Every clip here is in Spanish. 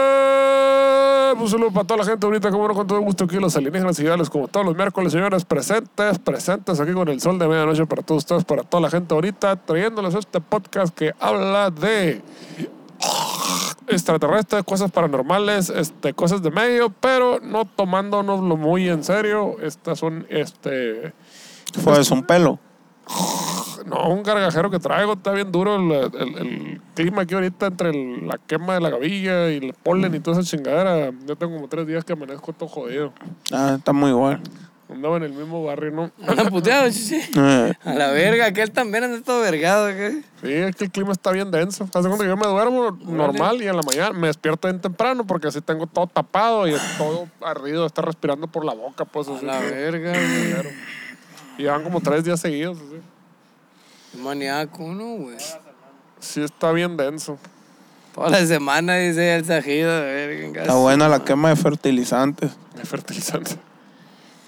Eh, Un saludo para toda la gente bonita, como no, con todo gusto aquí los alienígenas y ideales, como todos los miércoles, señores, presentes, presentes aquí con el sol de medianoche para todos ustedes, para toda la gente bonita, trayéndoles este podcast que habla de extraterrestres, cosas paranormales, este, cosas de medio, pero no tomándonoslo muy en serio. Estas son, este, Pues un pelo. no, un gargajero que traigo, está bien duro el, el- el clima aquí ahorita entre el- la quema de la gavilla y el polen y toda esa chingadera. Yo tengo como tres días que amanezco todo jodido. Ah, está muy igual. Andaba en el mismo barrio, ¿no? Andan puteados, sí. sí. Eh, A la verga, que él también anda todo vergado. ¿qué? Sí, es que el clima está bien denso. Hace cuando yo me duermo normal y en la mañana me despierto bien temprano porque así tengo todo tapado y es todo arrido, está respirando por la boca, pues A así. la verga, Pero- güey. Y van como tres días seguidos, así. Maníaco, ¿no, güey? Sí, está bien denso. Toda la semana dice el sajido, de verga. en está casa. buena la quema de fertilizantes. De fertilizante.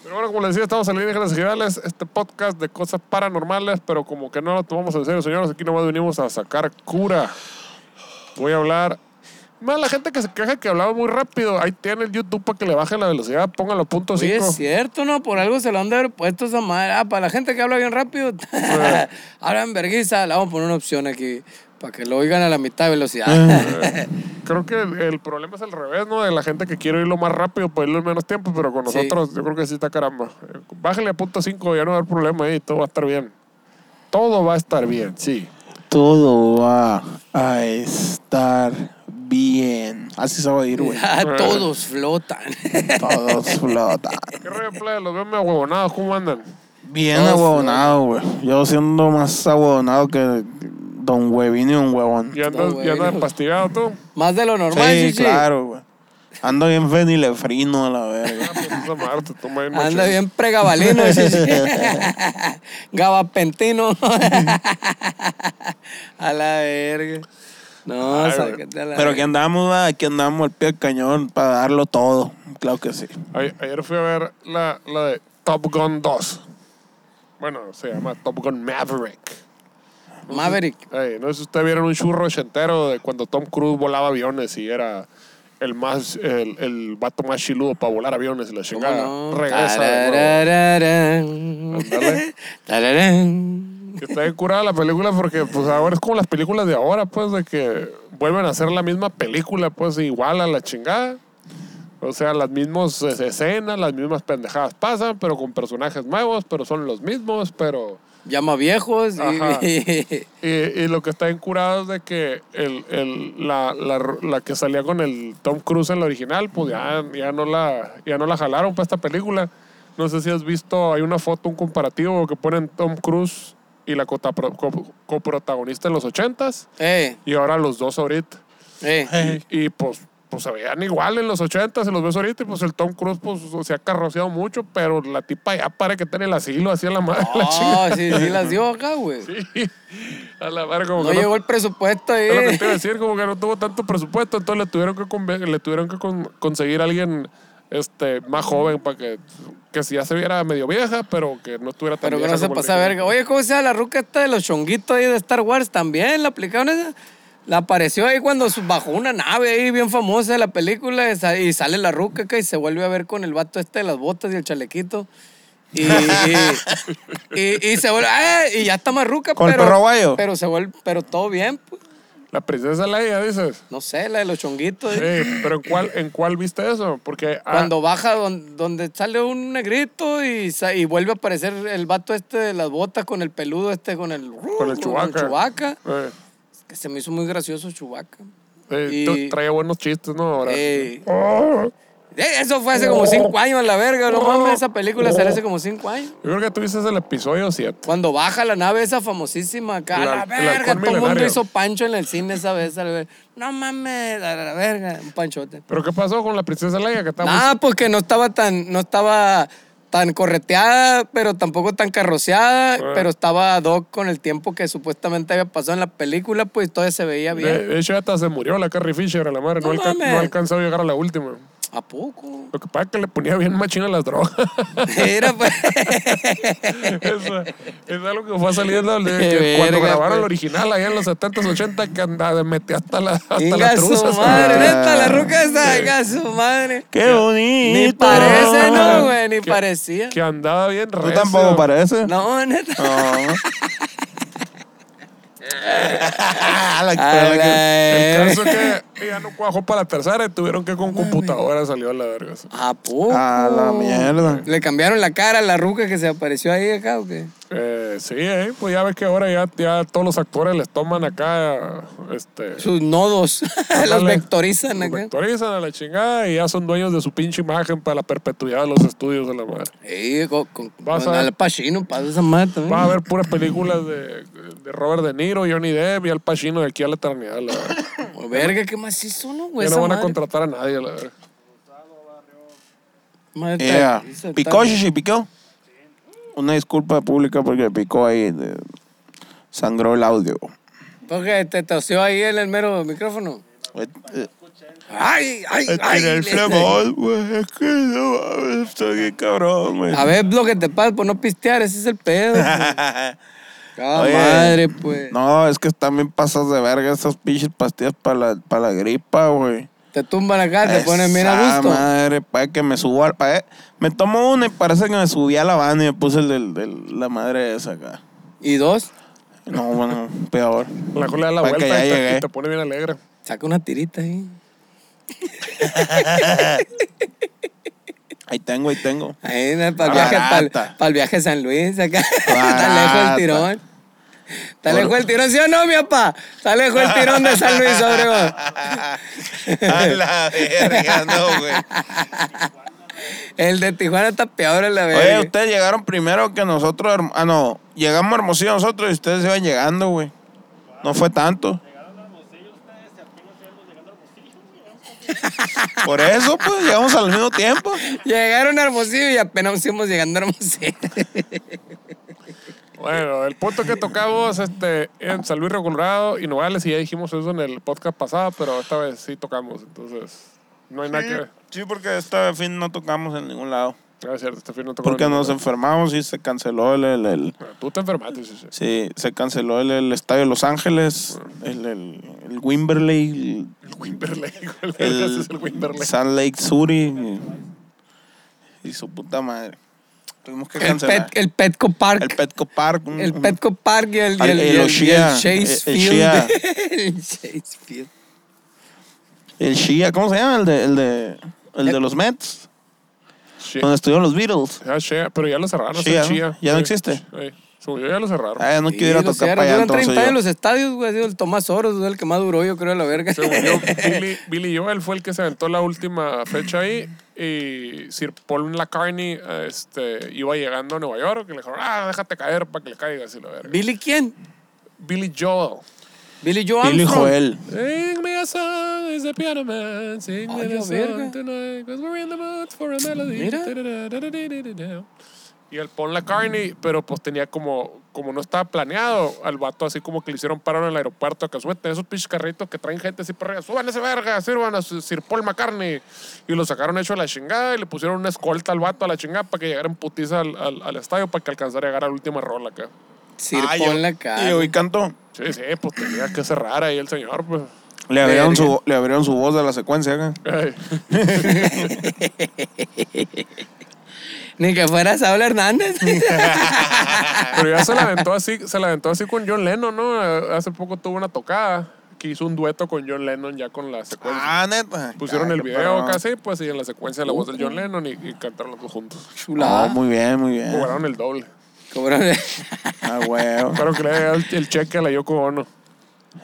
Pero bueno, como les decía, estamos en Alienígenas Girales, este podcast de cosas paranormales, pero como que no lo tomamos en serio, señores. Aquí nomás venimos a sacar cura. Voy a hablar. Más la gente que se queja que hablaba muy rápido. Ahí tiene el YouTube para que le baje la velocidad, póngalo a punto Oye, es 5. cierto, ¿no? Por algo se lo han de haber puesto esa madre. Ah, para la gente que habla bien rápido, habla en verguiza, le vamos a poner una opción aquí para que lo oigan a la mitad de velocidad. Eh, Creo que el, el problema es el revés, ¿no? De la gente que quiere irlo más rápido, pues irlo en menos tiempo, pero con Sí. nosotros yo creo que sí está caramba. Eh, Bájale a punto 5, ya no va a haber problema ahí, todo va a estar bien. Todo va a estar bien, sí. Todo va a estar bien. Así se va a ir, güey. Ya Todos flotan. Todos flotan. ¿Qué rollo, plebe? Los veo medio huevonados, ¿cómo andan? Bien Todos ahuevonado, güey. Yo siendo más ahuevonado que Don Huevín y un huevón. ¿Ya andas, No, ya andas güey. pastigado tú? Más de lo normal, Sí, Chichi. claro, güey. Ando bien fenilefrino a la verga. Ah, pues esa madre te toma ahí, Anda machín. bien pregabalino, sí, sí. Gabapentino. a la verga. No, Ay, sácate a la Pero aquí verga. andamos, va, aquí andamos al pie del cañón para darlo todo. Claro que sí. Ay- Ayer fui a ver la, la de Top Gun 2. Bueno, se llama Top Gun Maverick. Maverick. Ay, no sé si ustedes vieron un churro ochentero de cuando Tom Cruise volaba aviones y era el más el, el vato más chiludo para volar aviones y la ¿Cómo chingada. no? Regresa. de nuevo. Tarararán. Ándale. Tararán. Que Está bien curada la película porque pues ahora es como las películas de ahora, pues, de que vuelven a hacer la misma película, pues, igual a la chingada. O sea, las mismas es- escenas, las mismas pendejadas pasan, pero con personajes nuevos, pero son los mismos, pero... Llama viejos. y- Eh, Ajá. Y, y lo que está bien curado es de que el, el- la, la, la que salía con el Tom Cruise en la original, pues ya, ya, no la, ya no la jalaron para esta película. No sé si has visto, hay una foto, un comparativo que ponen Tom Cruise y la cota- pro- co- coprotagonista en los 80s eh, y ahora los dos ahorita. eh. Y pues, pues se veían igual en los 80s y los ves ahorita y pues el Tom Cruise pues se ha carroceado mucho, pero la tipa ya para que tiene el asilo, así a la madre. la Oh, sí, sí las dio acá, güey. chi- a la madre como No que no- llegó el presupuesto ahí. es lo que te iba a decir, como que no tuvo tanto presupuesto, entonces le tuvieron que, conve- le tuvieron que con- conseguir a alguien este, más joven para que, que si ya se viera medio vieja, pero que no estuviera tan Pero que vieja no se como la pasa original. verga. Oye, ¿cómo se llama la ruca esta de los chonguitos ahí de Star Wars? También la aplicaron esa. La apareció ahí cuando su- bajó una nave ahí bien famosa de la película y sa- y sale la ruca acá y se vuelve a ver con el vato este de las botas y el chalequito. Y, y, y- y se vuelve, ¡ah! Y ya está más ruca, ¿Con el pero. perro guayo? Pero se vuelve, pero todo bien, pues. La princesa Leia, dices. No sé, la de los chonguitos. ¿eh? ahí. Sí, pero ¿en cuál, ¿en cuál viste eso? Porque ah, Cuando baja don- donde, sale un negrito y, sa- y vuelve a aparecer el vato este de las botas con el peludo este, con el... con el Chewbacca. Chewbacca. Eh, Que se me hizo muy gracioso Chewbacca. eh, Y- tú- traía buenos chistes, ¿no? Ahora. Ey. Eh, Eso fue hace como cinco años, la verga. No mames, esa película salió hace como cinco años. Yo creo que tú dices el episodio 7. Cuando baja la nave esa famosísima acá, La- la, el verga, halcón todo el mundo milenario. hizo pancho en el cine esa vez. a la verga. No mames, a la verga, un panchote. ¿Pero qué pasó con la princesa Leia? Que estamos... Ah, porque no estaba tan, no estaba tan correteada, pero tampoco tan carroceada, Ah. pero estaba ad hoc con el tiempo que supuestamente había pasado en la película, pues todavía se veía bien. de, de hecho, hasta se murió la Carrie Fisher, a la madre. No, No alca- mames. no alcanzó a llegar a la última. ¿A poco? Lo que pasa es que le ponía bien machina las drogas. Era pues. Eso- es algo que fue saliendo de- Qué que cuando verga, grabaron el pues. original allá en los 70s, 80 que andaba, metía hasta la, hasta la Venga su truza. madre, güey. neta, la ruca esa, venga su madre. ¡Qué bonito! Ni parece, no, güey, ni parecía. Que andaba bien ¿Tú recio. tampoco pareces? No, neta. No. Ah, la- A la la- El verga. caso es que ya no cuajó para la tercera y tuvieron que con computadora salió a la verga. ¿A poco? A la mierda. ¿Le cambiaron la cara a la ruca que se apareció ahí acá o qué? Eh, sí, eh, pues ya ves que ahora ya, ya todos los actores les toman acá, este... Sus nodos, los ándale, vectorizan los acá. Vectorizan a la chingada y ya son dueños de su pinche imagen para la perpetuidad de los estudios de la madre. Sí, con, con, Vas con a- Al Pacino, pasa esa madre también. Va a haber puras películas de, de Robert De Niro, Johnny Depp y Al Pacino de aquí a la eternidad. La verdad. Oh, Verga, ¿qué más hizo, no, güey? ya Esa no van a madre. contratar a nadie. La verdad. Madre Yeah. está- está- ¿Picó, Shishi? ¿Picó? Una disculpa pública porque picó ahí. de- Sangró el audio. Porque te tosió ahí en el mero micrófono. Ay, ay, ay. Tiene el le- flamón, güey. Es que no mames, estoy bien cabrón, güey. A ver, lo que te pasa por no pistear, ese es el pedo. güey. Ah, Oye, madre, pues. No, es que también pasas de verga esas pinches pastillas para la, pa' la gripa, güey. Te tumban acá, Ah, te ponen bien Esa a gusto. madre, para que me suba. al- pa' eh, me tomo una y parece que me subí a la van y me puse el, del- del- la madre esa acá. Y dos, No, bueno, peor. La cola da la Para que vuelta ya y te, llegué. y te pone bien alegre. saca una tirita ahí. Ahí tengo, ahí tengo. Ahí, para el viaje, Barata. pa'l- pa'l viaje a San Luis, acá. Está lejos Barata. el tirón. Está lejos el tirón, ¿sí o no, mi papá? Está lejos el tirón de San Luis, Obregón. A la verga, no, güey. El de Tijuana está peor a la Oye, verga. ustedes llegaron primero que nosotros. herm- Ah, no. Llegamos a Hermosillo nosotros y ustedes iban llegando, güey. No fue tanto. Por eso, pues, llegamos al mismo tiempo. Llegaron a Hermosillo y apenas íbamos llegando a Hermosillo. Bueno, el punto que tocamos este, en San Luis Río Colorado y Nogales, y ya dijimos eso en el podcast pasado, pero esta vez sí tocamos, entonces no hay nada que ver. Sí, porque este fin no tocamos en ningún lado. Ah, es cierto, este fin no tocamos Porque en nos ningún enfermamos y se canceló el... el- el- lado. Tú te enfermaste, sí, sí. sí, se canceló el, el Estadio de Los Ángeles, el, el, el Wimberley, El Wimberley, güey, el, ese es el Wimberley. Salt Lake City y su puta madre. Tuvimos que El, cancelar. Pet- el Petco Park. el El, Petco Park. un- un- Petco Park y el, y el- Al- y el el- y el Oshia, el- Chase el Shea. Field. El Chase Field. El Shia, ¿cómo se llama? El de, el de, el de los Mets, Shea. donde estuvieron los Beatles. Ah, Shea, pero ya lo cerraron. es Shea, el Shea. ¿no? Ya no Sí, existe. sí. Según yo, ya lo cerraron. Ah, ya no Sí, quiero ir a lo tocar cierran. para allá, Duran entonces 30 años yo. en los estadios, güey. ha sido El Tomás Oros, güey, el que más duró, yo creo, a la verga. Según yo, Billy, Billy Joel fue el que se aventó la última fecha ahí y Sir Paul McCartney este, iba llegando a Nueva York y le dijeron, ah, déjate caer para que le caigas y la verga. ¿Billy quién? Billy Joel. Billy Joe Billy Armstrong. Joel. Sing me a song, is the piano man. Sing Ay, me la a song verga. tonight, cause we're in the mood for a melody. Mira. Da-da-da-da-da-da-da-da. Y el Paul McCartney, pero pues tenía como, como no estaba planeado, al vato así como que le hicieron paro en el aeropuerto, que suelten esos pinches carritos que traen gente así para arriba, suban ese verga, sirvan a su- Sir Paul McCartney. Y lo sacaron hecho a la chingada y le pusieron una escolta al vato a la chingada para que llegara en putiza al, al, al estadio para que alcanzara a llegar a la última rola acá. Sir Ah, Paul yo- la cara. Y hoy cantó. Sí, sí, pues tenía que cerrar ahí el señor, pues. Le abrieron, su, le abrieron su voz de la secuencia acá. Ay. Ni que fuera Saúl Hernández. Pero ya se la aventó así, se la aventó así con John Lennon, ¿no? Eh, Hace poco tuvo una tocada que hizo un dueto con John Lennon ya con la secuencia. Ah, neta. Pusieron Ay, el qué video perro. casi, pues, y en la secuencia la voz del John Lennon y, y cantaron los dos juntos. No, Chulada. Ah, muy bien, muy bien. Cobraron el doble. Cobrón. Ah, huevo. Claro que le había dado el, el cheque a la Yoko Ono.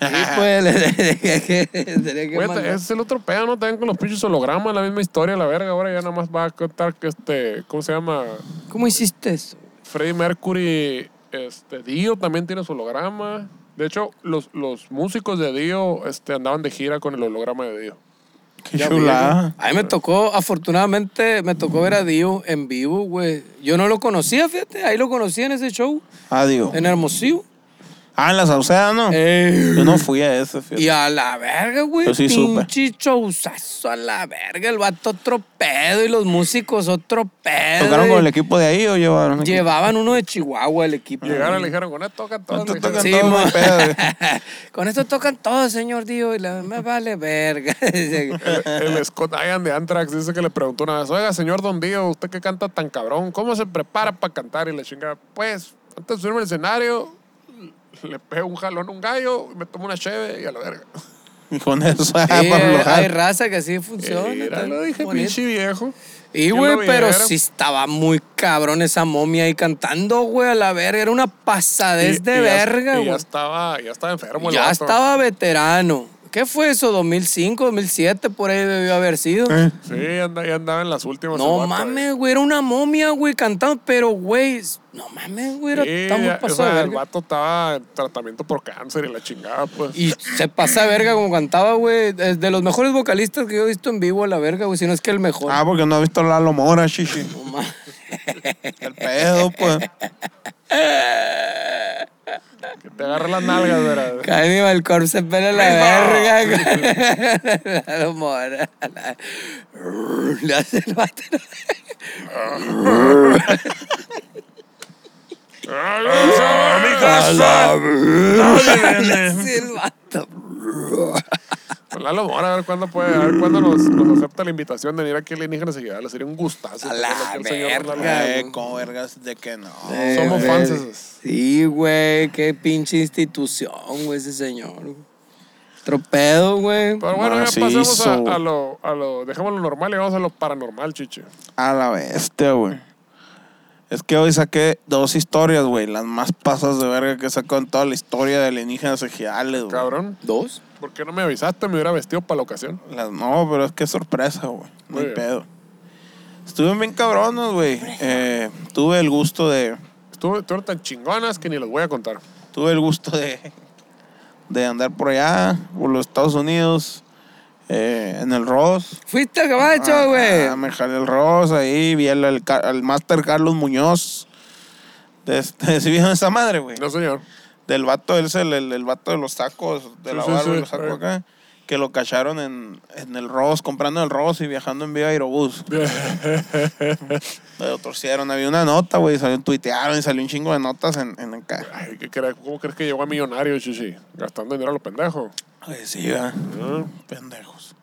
Sí, pues, le tenía que, tenía que Güey, mandar. ese es el otro pedo, ¿no? También con los pinches hologramas, la misma historia, la verga. Ahora ya nada más va a contar que este, ¿cómo se llama? ¿Cómo hiciste eso? Freddie Mercury, este, Dio también tiene su holograma. De hecho, los, los músicos de Dio este, andaban de gira con el holograma de Dio. Qué Ya chulada. A mí me tocó, afortunadamente, me tocó ver a Dio en vivo, güey. Yo no lo conocía, fíjate, ahí lo conocí en ese show, Adiós. en Hermosillo. Ah, en la Sauceda, ¿no? Eh, Yo no fui a ese, y fíjate. a la verga, güey. Yo sí supe. pinche showzazo a la verga. El vato otro pedo y los músicos otro pedo. ¿Tocaron y con el equipo de ahí o llevaron? equipo? Llevaban uno de Chihuahua el equipo. Llegaron y le dijeron, con esto toca todo. ¿Cuánto le dijeron. Ah, tocan Sí, todos ma. los pedos? Con esto tocan todo, señor Dio, y la me vale verga. El, el Scott Ian de Anthrax dice que le preguntó una vez, oiga, señor Don Dio, ¿usted que canta tan cabrón? ¿Cómo se prepara para cantar? Y la chingada, pues, antes de subirme al escenario, le pego un jalón a un gallo, me tomo una cheve y a la verga. Y con eso, ah, Sí, para hay aflojar. raza que así funciona. Mira, está lo dije, bonito. pinche viejo. Y, Yo lo güey, vi, pero era- sí estaba muy cabrón esa momia ahí cantando, güey, a la verga. Era una pasadez Y- de y ya- verga, y güey. ya estaba, ya estaba enfermo el Ya vato. estaba veterano. ¿Qué fue eso? ¿2005, 2007? Por ahí debió haber sido. Eh, Sí, anda- ya andaba en las últimas. el No vato, eh. mames, güey, era una momia, güey, cantando, pero, güey, no mames, güey, era- Sí, está muy ya- o pasado sea, de el verga. vato estaba en tratamiento por cáncer y la chingada, pues. Y se pasa de verga como cantaba, güey. Es de los mejores vocalistas que yo he visto en vivo a la verga, güey, si no es que el mejor. Ah, porque no he visto a Lalo Mora, chichi. No mames. El pedo, pues. que te agarra las nalgas, ¿verdad? Caníbal Corpse se pela la verga. güey. A lo mora. a la- Le hace el vato. A la Le hace el vato. Con Pues, Lalo Mora, a ver cuándo puede, a ver cuándo nos, nos acepta la invitación de venir aquí a Alienígenas y Guidarles. Sería un gustazo. A la tenerlo aquí al señor verga. Lalo Mora. Eh, con vergas de que no. Somos Eh, fans güey. esos. Sí, güey, qué pinche institución, güey, ese señor. güey. Tropedo, güey. Pero bueno, ya Macizo. pasemos a, a lo, a lo, dejemos lo normal y vamos a lo paranormal, chiche. A la bestia, güey. Es que hoy saqué dos historias, güey. Las más pasas de verga que he sacado en toda la historia de alienígenas ejidales, güey. Cabrón, ¿Dos? ¿por qué no me avisaste? Me hubiera vestido para la ocasión. Las- no, pero es que es sorpresa, güey. No Muy hay bien. pedo. Estuvieron bien cabronos, güey. Eh, tuve el gusto de. Estuve, estuvieron tan chingonas que ni los voy a contar. Tuve el gusto de. De andar por allá, por los Estados Unidos. eh, en el Ross. Fuiste al gabacho, güey. Ah, me jalé el Ross ahí. Vi al, al, Ca- al Master Carlos Muñoz. Este, ¿Sí vieron esa madre, güey? No, señor. Del vato, él es el, el, el vato de los tacos, de Sí, la sí, barba, sí, los tacos eh. acá, que lo cacharon en, en el Ross, comprando el Ross y viajando en vía aerobús. Lo torcieron, había una nota, güey, salió tuitearon y salió un chingo de notas en, en acá. Ay, ¿qué cre- ¿Cómo crees que llegó a millonario, chichi? Gastando dinero a los pendejos. Ay, sí, va, ¿no? pendejos.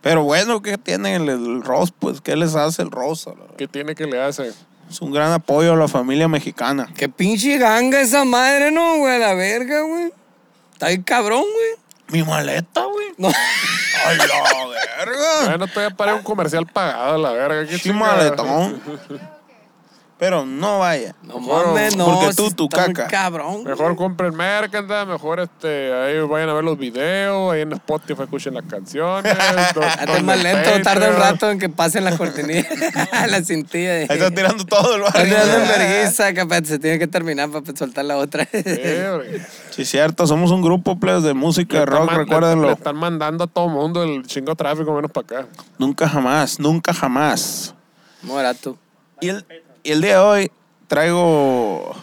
Pero bueno, ¿qué tiene el, el Ross? Pues, ¿qué les hace el Ross? a la verdad? ¿Qué tiene que le hace? Es un gran apoyo a la familia mexicana. Qué pinche ganga esa madre, no, güey, a la verga, güey. Está ahí cabrón, güey. Mi maleta, güey. No. ¡Ay, la verga! Bueno, todavía para un comercial pagado, la verga. ¿Qué Sí, chingada? maletón. Pero no vaya. No Mejor- mames, no. porque sí tú, tu está muy caca. Cabrón. güey. Mejor compren mercanda, mejor este, ahí vayan a ver los videos, ahí en Spotify escuchen las canciones. do- Hazte donde más lento, Patreon. tarda un rato en que pasen las cortinillas, la cintilla. de- Ahí está tirando todo el Está barrio. tirando en vergüenza, capaz, se tiene que terminar para soltar la otra. Sí, güey. Sí, cierto, somos un grupo players de música, de Están rock, man- le- Le recuérdenlo. están mandando a todo mundo el chingo tráfico, menos para acá. Nunca jamás, nunca jamás. Morato. Y el, y el día de hoy traigo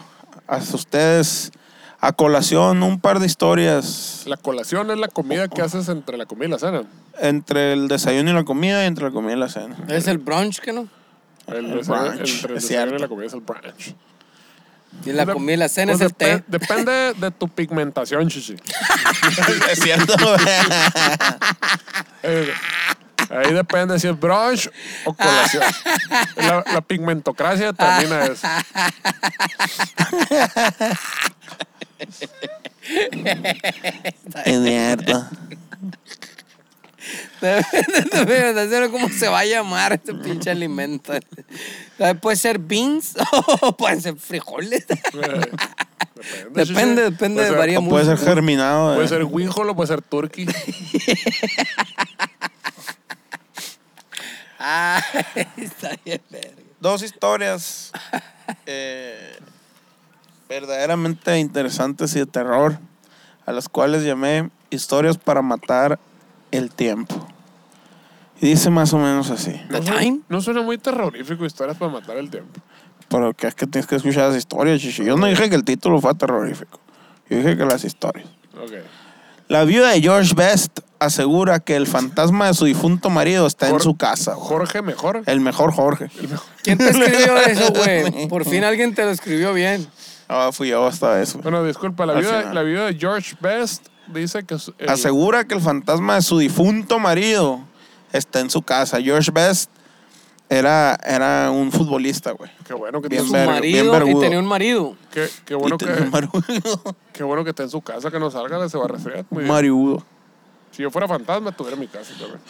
a ustedes a colación un par de historias La colación es la comida que haces entre la comida y la cena. entre el desayuno y la comida y entre la comida y la cena. Es el brunch, ¿qué no? El, El desayuno- brunch, entre el es desayuno y la cierto. comida es el brunch. Y la Pues de- comida y la cena pues es el depe- té. Depende de tu pigmentación, chichi. Es cierto. Eh, Ahí depende si es brunch o colación. La, la pigmentocracia termina Ah. eso. es cierto. Depende de tu alimentación, cómo se va a llamar este pinche alimento. O sea, Puede ser beans o pueden ser frijoles. Eh, Depende, chiche. depende, Puede ser- varía O puede mucho. ser germinado. Puede eh. ser Winjolo, puede ser Turkey. Ah, está bien, verga. Dos historias eh, verdaderamente interesantes y de terror, a las cuales llamé historias para matar el tiempo. Y dice más o menos así. The No suena- Time. No suena muy terrorífico, historias para matar el tiempo. Pero que es que tienes que escuchar las historias, chichi. Yo no dije que el título fue terrorífico. Yo dije que las historias. Ok. La viuda de George Best asegura que el fantasma de su difunto marido está en Jorge- su casa. güey. Jorge mejor. El mejor Jorge. ¿Quién te escribió eso, güey? Por fin alguien te lo escribió bien. Ah, fui yo esta vez, güey. Bueno, disculpa, la Al viuda, final. la viuda de George Best dice que... su- el- asegura que el fantasma de su difunto marido está en su casa. George Best era, era un futbolista, güey. Qué bueno que tiene Bien Su su- verga. marido y vergudo. tenía un marido. Qué, qué Y bueno que, tenía un marido. qué bueno que está en su casa, que no salga, le se va a resfriar. Muy bien. Marido. Si yo fuera fantasma, estuviera en mi casa también.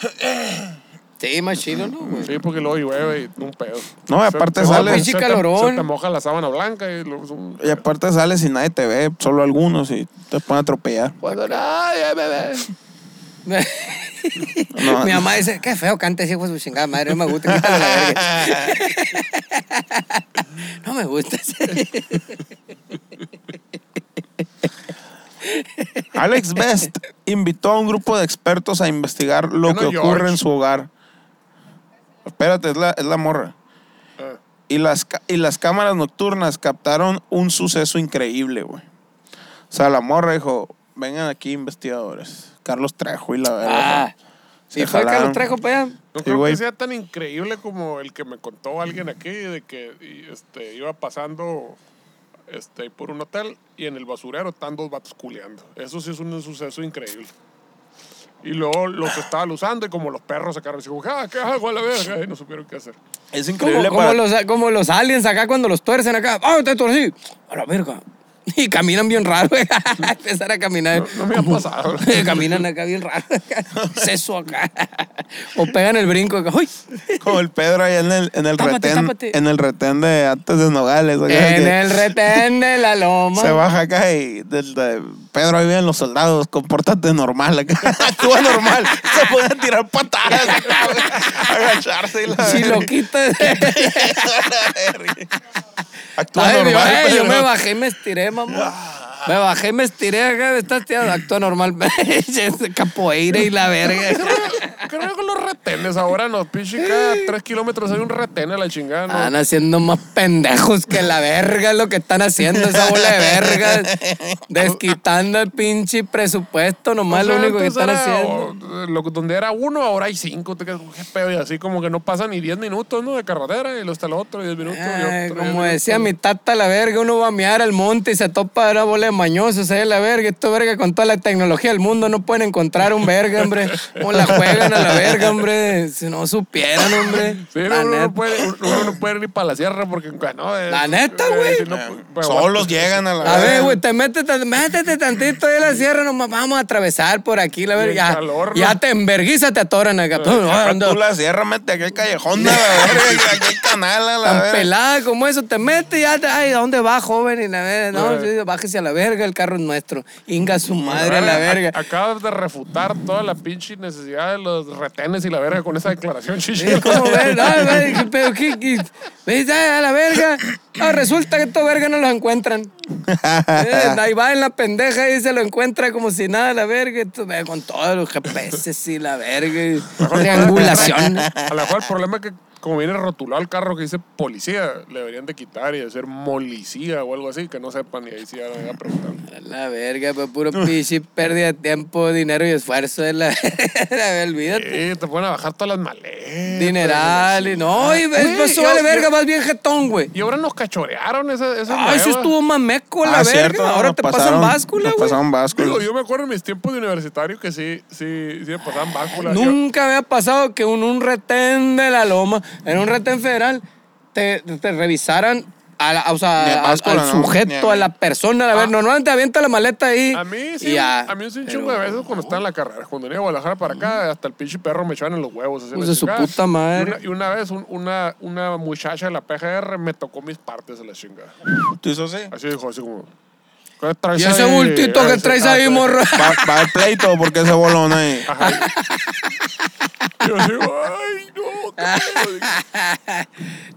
Sí, más chido, ¿no, güey? Sí, porque luego llueve y un pedo. No, y aparte sale- pinche te- calorón. se te moja la sábana blanca y luego es un... Y aparte sales y nadie te ve, solo algunos y te pueden atropellar. Cuando nadie me ve. No, no. Mi mamá dice, qué feo canta ese hijo de su chingada madre, no me gusta, quítale la verga. No me gusta ese. Alex Best invitó a un grupo de expertos a investigar lo ¿Qué no, que ocurre George? en su hogar. Espérate, es la, es la morra. Ah. Y las, ca- y las cámaras nocturnas captaron un suceso increíble, güey. O sea, la morra dijo, vengan aquí investigadores. Carlos Trejo y la verdad. Ah, Se y fue que jalaron. lo trajo para allá. No Sí, creo güey. que sea tan increíble como el que me contó alguien aquí de que y, este, iba pasando este, por un hotel y en el basurero están dos vatos culeando. Eso sí es un suceso increíble. Y luego los estaban usando y como los perros sacaron y dijo, "Ah, ¿qué hago a la verga? Y no supieron qué hacer. Es Como, increíble como para... los, como los aliens acá cuando los tuercen acá. ¡Ah, te torcí! A la verga. Y caminan bien raro. güey. Empezar a caminar. No me ha pasado. Caminan acá bien raro. Seso acá. O pegan el brinco acá. ¡Uy! Como el Pedro allá en el, en el Tápate, retén. tápate. En el retén de antes de Nogales. güey, En que el retén de la loma. Se baja acá y del- de- Pedro ahí vienen los soldados, compórtate normal acá. Actúa normal. Se pueden tirar patadas acá, güey. agacharse y la Si lo quitas. Actúa Ay, normal. yo, eh, yo Pedro. Ah. me bajé y me estiré, mamá. Me bajé y me estiré acá. Me estás tirando. Actúa normal. Capoeira y la verga. Creo que los retenes ahora no, pinche, cada tres kilómetros hay un retén a la chingada. ¿no? Están haciendo más pendejos que la verga lo que están haciendo esa bola de verga. Desquitando el pinche presupuesto, nomás O sea, lo único que antes están era, haciendo. o, eh, lo- donde era uno, ahora hay cinco. Te quedas, "Qué pedo", y así como que no pasan ni 10 minutos, ¿no? De carretera, y luego está el otro, 10 minutos. y Ay, otro, Ah, como 10 decía mi minutos. tata, la verga, uno va a mear al monte y se topa una bola de mañosos, ahí la verga, esto verga con toda la tecnología del mundo no pueden encontrar un verga, hombre. ¿Cómo la juegan a la verga, hombre? Si no supieran, hombre. Sí, la no, uno, neta. no puede, uno no puede ir para la sierra porque. No, eh, La neta, eh, güey. si no, pues, Solos llegan a la A ver, verga. güey, te metes, tan- métete tantito ahí a la sierra, nomás vamos a atravesar por aquí, la el verga. calor, Ya, ¿no? te enverguiza, te atoran acá. Ah, Anda, Tú la sierra, mete aquel callejón de la verga, y aquel canal a la Tan verga. pelada como eso, te metes y ya, te- ay, ¿a dónde va, joven? Y la verga, no, Eh. sí, bájese a la verga, el carro es nuestro. Inga su madre a la a- verga. eh, Acabas de refutar toda la pinche necesidad de los retenes y la verga con esa declaración, chichi. Sí, ¿Cómo ves? No, güey, qué pedo, qué- qué- ¿Ves? Ay, a la verga. Ah, resulta que estos vergas no los encuentran. Eh, ahí va en la pendeja y se lo encuentra como si nada, la verga. Tú ves, Con todos los GPS y la verga. y Triangulación. A lo mejor el problema es que, como viene rotulado el carro que dice policía, le deberían de quitar y decir molicía o algo así, que no sepan y ahí sí ya van a preguntar. A La verga, pues puro pichi, pérdida de tiempo, dinero y esfuerzo. de La, la- olvídate. Eh, te ponen a bajar todas las maletas. Dineral y no, y ves, Güey, pues yo- vale yo- verga, más bien jetón, güey. Y ahora nos cachorearon esa, esa Ay, sí nueva. estuvo mameco la Ah, verga. cierto, Ahora nos te pasan pasaron- báscula, nos güey. pasaron báscula. Digo, yo me acuerdo en mis tiempos de universitario que sí, sí, sí me pasaban báscula. Yo- Nunca había pasado que en un retén de la loma, en un retén federal, te, te revisaran a la- o sea, Ni a al- báscula, al no, sujeto, ni a mí. Ah. a la persona. A ver, normalmente avienta la maleta ahí. A mí y sí, ya. a mí sí un Pero, chingo de veces cuando estaba en la carrera. Cuando venía a Guadalajara para acá, hasta el pinche perro me echaban en los huevos. así, la Hijos Pues de su chingada. puta madre. Y una, y una vez un- una, una muchacha de la PGR me tocó mis partes de la chingada. ¿Tú hizo así? Así dijo, así como, ¿Qué traes ¿Y ese ahí? bultito que Ese- traes ah, ahí, pues, morro? Va, va el pleito porque ese bolón ahí. Yo digo, ay, no. Ah, qué pedo".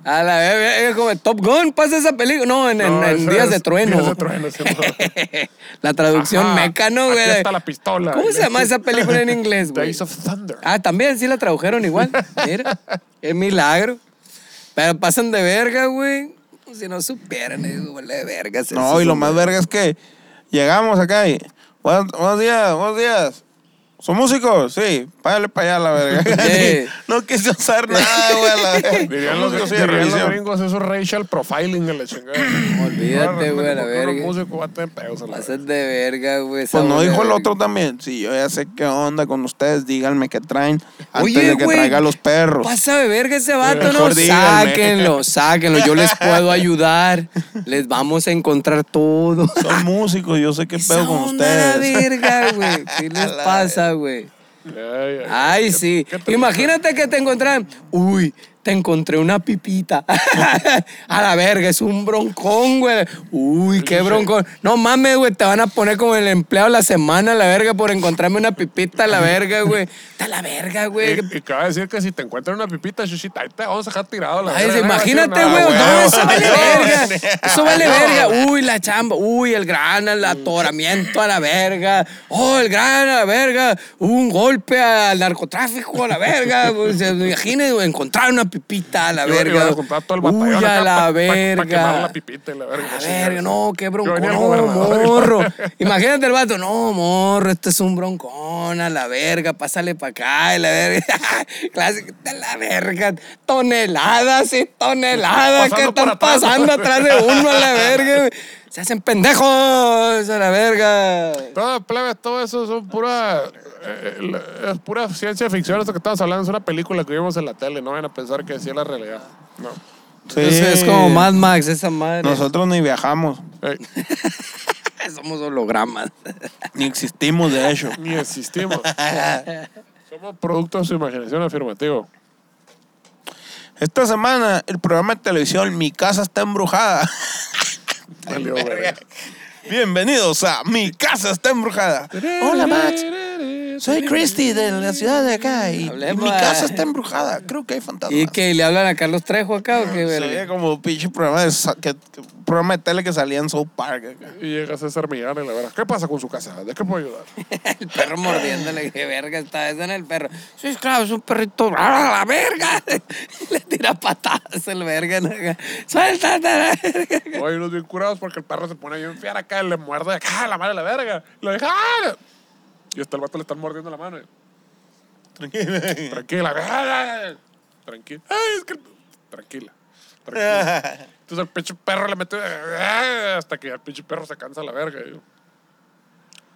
A la vez, es como Top Gun, pasa esa película. No, en, en- No, en esa Días es de Trueno. Días de Trueno, sí, no. la traducción Ajá, mecano, aquí güey. está la pistola. ¿Cómo se llama esa película en inglés, güey? Days of Thunder. Ah, también sí la tradujeron igual. Mira, es milagro. Pero pasan de verga, güey. Si no supieran, eh, güey, de verga. No, y lo más verga es que llegamos acá y. Buenos, buenos días, buenos días. ¿Son músicos? Sí, págale para allá la verga. Sí. no quise usar nada, güey. a La verga. Dirían Son los, músicos, sí, de dirían los revisión. gringos, eso es racial profiling de la chingada. Olvídate, güey, a la Porque uno verga. músico va a tener pedos a la verga. Pasan de verga, güey. esa Pues no bola dijo de el verga. otro también. Sí, yo ya sé qué onda con ustedes. Díganme qué traen antes Oye, de que güey, traiga a los perros. Pasa de verga ese vato, Mejor no. díganme. Sáquenlo, sáquenlo. Yo les puedo ayudar. Les vamos a encontrar todo. Son músicos, yo sé qué Esa pedo con onda de ustedes. verga, güey. ¿Qué A les la pasa, güey? Ay, ay, Ay, sí. Imagínate que te encontraran. Uy, te encontré una pipita. a la verga, es un broncón, güey. Uy, qué broncón. No mames, güey, te van a poner como el empleado de la semana, a la verga, por encontrarme una pipita, a la verga, güey. Está la verga, güey. Y, y cabe decir que si te encuentran una pipita, Shushita, ahí te vamos a dejar tirado a la Ay, verga, no va a decir imagínate, nada, güey. güey. No, eso vale No, verga. Eso vale verga. Uy, la chamba. Uy, el gran, el atoramiento a la verga. Oh, el gran a la verga. Un golpe al narcotráfico a la verga. Pues, se- Imagínense, güey, encontrar una pipita a la Yo verga. iba a comprar todo el Uy, batallón acá a pa- pa- la pa verga. quemar la pipita y la verga, A la chingada. verga, no, qué broncón, venía al no, gobernador. morro. Imagínate el vato, no, morro, este es un broncón, a la verga, pásale para acá, a la verga. Clásico, a la verga, toneladas y toneladas Pasando que por están atrás. pasando atrás de uno, a la verga. güey. Se hacen pendejos, a la verga. Todo, plebes, todo eso son pura, eh, la- es pura ciencia ficción. Esto que estamos hablando es una película que vimos en la tele. No vayan a pensar que sí es la realidad. No. Sí. Entonces es como Mad Max, esa madre. Nosotros ni viajamos, Ey, Somos hologramas. ni existimos, de hecho. ni existimos. Somos producto de su imaginación afirmativo. Esta semana, el programa de televisión Mi Casa está embrujada. Valió, verga. Bienvenidos a Mi Casa está embrujada. Hola, Max. Soy Christy de la ciudad de acá y, y Hablemos. mi eh. casa está embrujada. Creo que hay fantasmas. ¿Y que le hablan a Carlos Trejo acá o qué, Se verga? veía como pinche programa de, sa- que- que- programa de tele que salía en South Park. acá. Y llega César Millán y la verdad. ¿Qué pasa con su casa? ¿De qué puedo ayudar? El perro mordiéndole, qué verga está eso en el perro. Sí, claro, es un perrito, ¡ah, la verga! Le tira patadas el verga. ¿no? Suéltate, la verga. Oye, unos bien curados porque el perro se pone bien fiar acá y le muerde acá la mano de la verga. Y lo deja. ¡ah! Y hasta el vato le están mordiendo la mano. Tranquila. Tranquila. Tranquila. Ay, es que... Tranquila. Tranquila. Entonces el pinche perro le mete... ¡ah! Hasta que el pinche perro se cansa la verga. yo.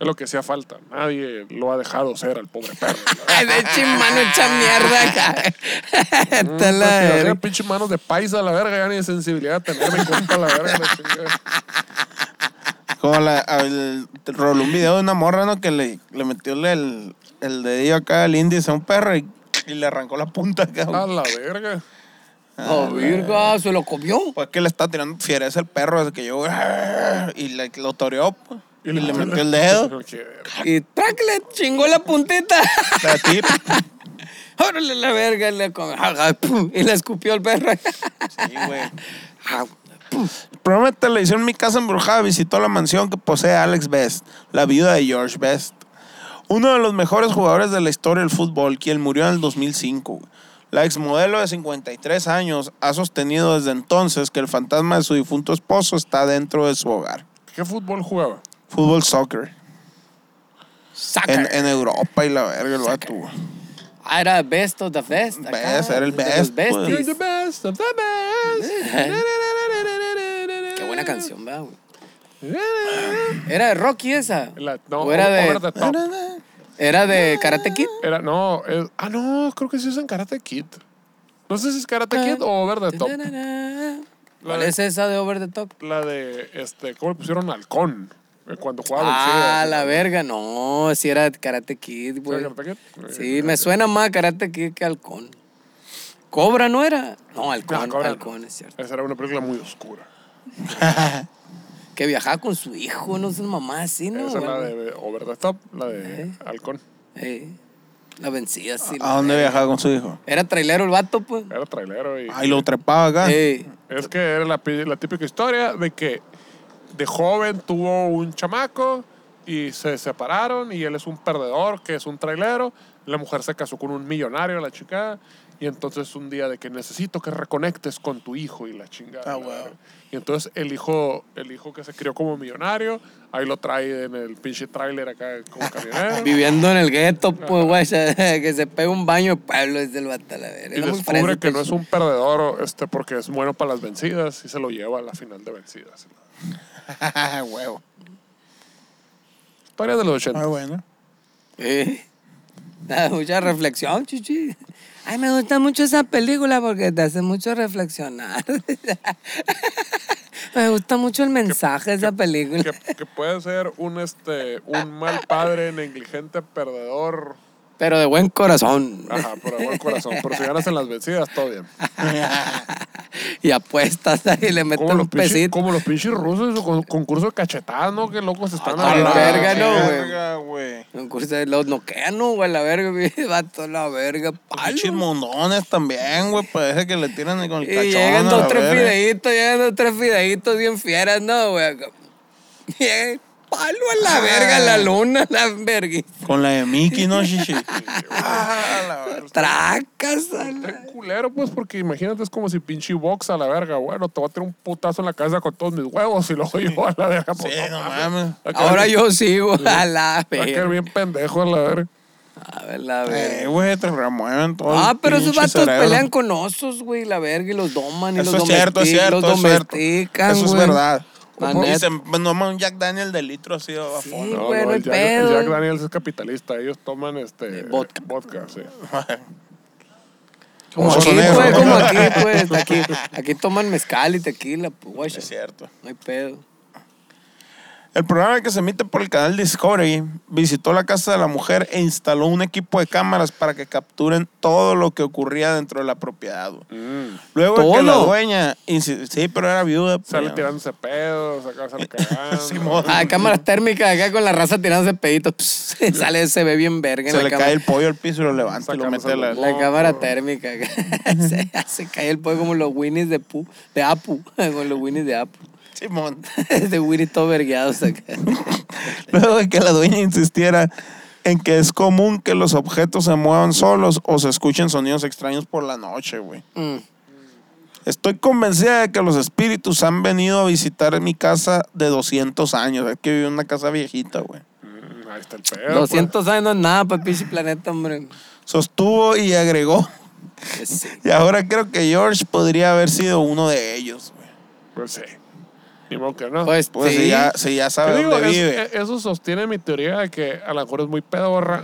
Es lo que hacía falta. Nadie lo ha dejado ser al pobre perro. la verga. De chimano hecha mierda acá. Mm, Porque pues, Está la le hacía verga. pinche manos de paisa a la verga. Ya ni de sensibilidad tener mi compa a la verga. la chingada. Como la, al- roló un video de una morra ¿no? que le, le metió el, el dedillo acá al índice a un perro y, y le arrancó la punta acá. Ah, A la verga. Oh, virga, se lo comió. Pues que le está tirando fiereza al perro, así que yo. Y le, lo toreó, pues, y le metió el dedo. Qué verga. Y trac, le chingó la puntita. La tip. Órale, la verga. Le comió. Pum, Y le escupió el perro. Sí, güey. Ah, El programa de televisión Mi Casa Embrujada visitó la mansión que posee Alex Best, la viuda de George Best, uno de los mejores jugadores de la historia del fútbol, quien murió en el 2005. güey. La exmodelo de 53 años ha sostenido desde entonces que el fantasma de su difunto esposo está dentro de su hogar. ¿Qué fútbol jugaba? Fútbol soccer. saca. En, en Europa y la verga, el vato. güey. Ah, era best of the best. acá, Best, era el de best, los pues. You're besties. the best of the best. Qué buena canción, ¿verdad, güey? Ah. ¿Era de Rocky esa? La- no, ¿O era Over de, the Top. era de Karate Kid? Era, no, es- ah, no, creo que sí usan Karate Kid. No sé si es Karate Ah. Kid o Over the Top. ¿Cuál es esa de Over the Top? La de, este, ¿cómo le pusieron halcón? Eh, Cuando jugaba Ah, vencida. la verga, no, si era Karate Kid, güey. ¿Era Karate Kid? Eh, Sí, me suena más Karate Kid que Halcón. ¿Cobra no era? No, No, Halcón, Cobra no. Halcón, es cierto. Esa era una película muy oscura. que viajaba con su hijo, no sé, mamá así, ¿no? Esa es la Bueno, de Over the Top, la de ¿Eh? Halcón. eh, la vencía así. ¿A dónde viajaba con su hijo? Era trailero el vato, pues. Era trailero y... Ahí lo trepaba acá. Eh, Es que era la, pi- la típica historia de que de joven tuvo un chamaco y se separaron y él es un perdedor, que es un trailero. La mujer se casó con un millonario, la chica. Y entonces un día de que necesito que reconectes con tu hijo y la chingada. Ah, la wow. verga. Y entonces el hijo, el hijo que se crió como millonario, ahí lo trae en el pinche trailer acá como camionero. viviendo en el gueto, pues, güey, que se pega un baño de pueblo desde el vato, a la verga. Y Era muy descubre fresa, que este no es un perdedor este, porque es bueno para las vencidas y se lo lleva a la final de vencidas. Ah, Huevo. Historia de los 80. Ah, bueno. Eh, da mucha reflexión, chichi. Ay, me gusta mucho esa película porque te hace mucho reflexionar. me gusta mucho el mensaje de esa película. que, que puede ser un este un mal padre, negligente, perdedor, Pero de buen corazón. ajá, por buen corazón. Pero si ganas en las vencidas, todo bien. Y apuestas ahí, le metes Como un los, pinches, pesito. como los pinches rusos en su con- concurso de cachetadas, ¿no? Que locos están Ah, a la la verga, verga. no, güey. verga, güey. Un curso de los noquean, ¿no, güey, la verga, güey, vato, la verga, Pinches palo. mondones también, güey. Parece que le tiran con Y el cachón. llegan a dos, la tres verga. fideitos, llegan dos, tres fideitos bien fieras, ¿no, güey? Llegan, palo a Ah. la verga, a la luna, la verguita. Con la de Mickey, ¿no, Shishi? ah, la verga. Tracas. a la- Está culero, pues, porque imagínate, es como si pinche box a la verga, bueno, te voy a tirar un putazo en la cabeza con todos mis huevos y luego yo a la verga. Sí, pues, no mames. mames. Va a quedar Ahora bien- yo sigo a la Va a quedar verga. bien pendejo a la verga. A ver, la Eh, verga. güey, te remueven todo. Ah, el pero esos pinche vatos cerebro. pelean con osos, güey, la verga, y los doman y Eso los, es cierto, es domesti- cierto. los es cierto. domestican, Eso es güey. verdad. La Y neta. se toma un Jack Daniel de litro así a fondo. Sí, güey, no hay el Jack, el pedo. Jack Daniels es capitalista, ellos toman este Vodka. sí. Como Oso aquí, negro. pues, como aquí, pues. Aquí, aquí toman mezcal y tequila, pues, guacha. Es cierto. No hay pedo. El programa que se emite por el canal Discovery visitó la casa de la mujer e instaló un equipo de cámaras para que capturen todo lo que ocurría dentro de la propiedad. güey. Mm. Luego de que la ¿Todo? dueña, insi- sí, pero era viuda. pues, Sale ya. tirándose pedos, acá sale cagando. Simón. Ah, cámaras térmicas acá con la raza tirándose peditos. Pss, sale, se ve bien verga en Se la le cámara. cae el pollo al piso y lo levanta y lo Sacamos mete a la... el- La cámara térmica. se, se cae el pollo como los winnies de, Pu, de Apu. Como los winnies de Apu. Simón. de Winnie todo vergueados acá. Luego de que la dueña insistiera en que es común que los objetos se muevan solos o se escuchen sonidos extraños por la noche, güey. Mm. Estoy convencida de que los espíritus han venido a visitar mi casa de 200 años. Es que vive en una casa viejita, güey. Mm, Ahí está el pedo. pues. 200 años no es nada para pinche planeta, hombre. Sostuvo y agregó. Que sí. Y ahora creo que George podría haber sido uno de ellos, güey. Pues sí. Ni modo que no. Pues, Pues sí. si, ya, si ya Te sabe digo, dónde es- vive. e- eso sostiene mi teoría de que a lo mejor es muy pedorra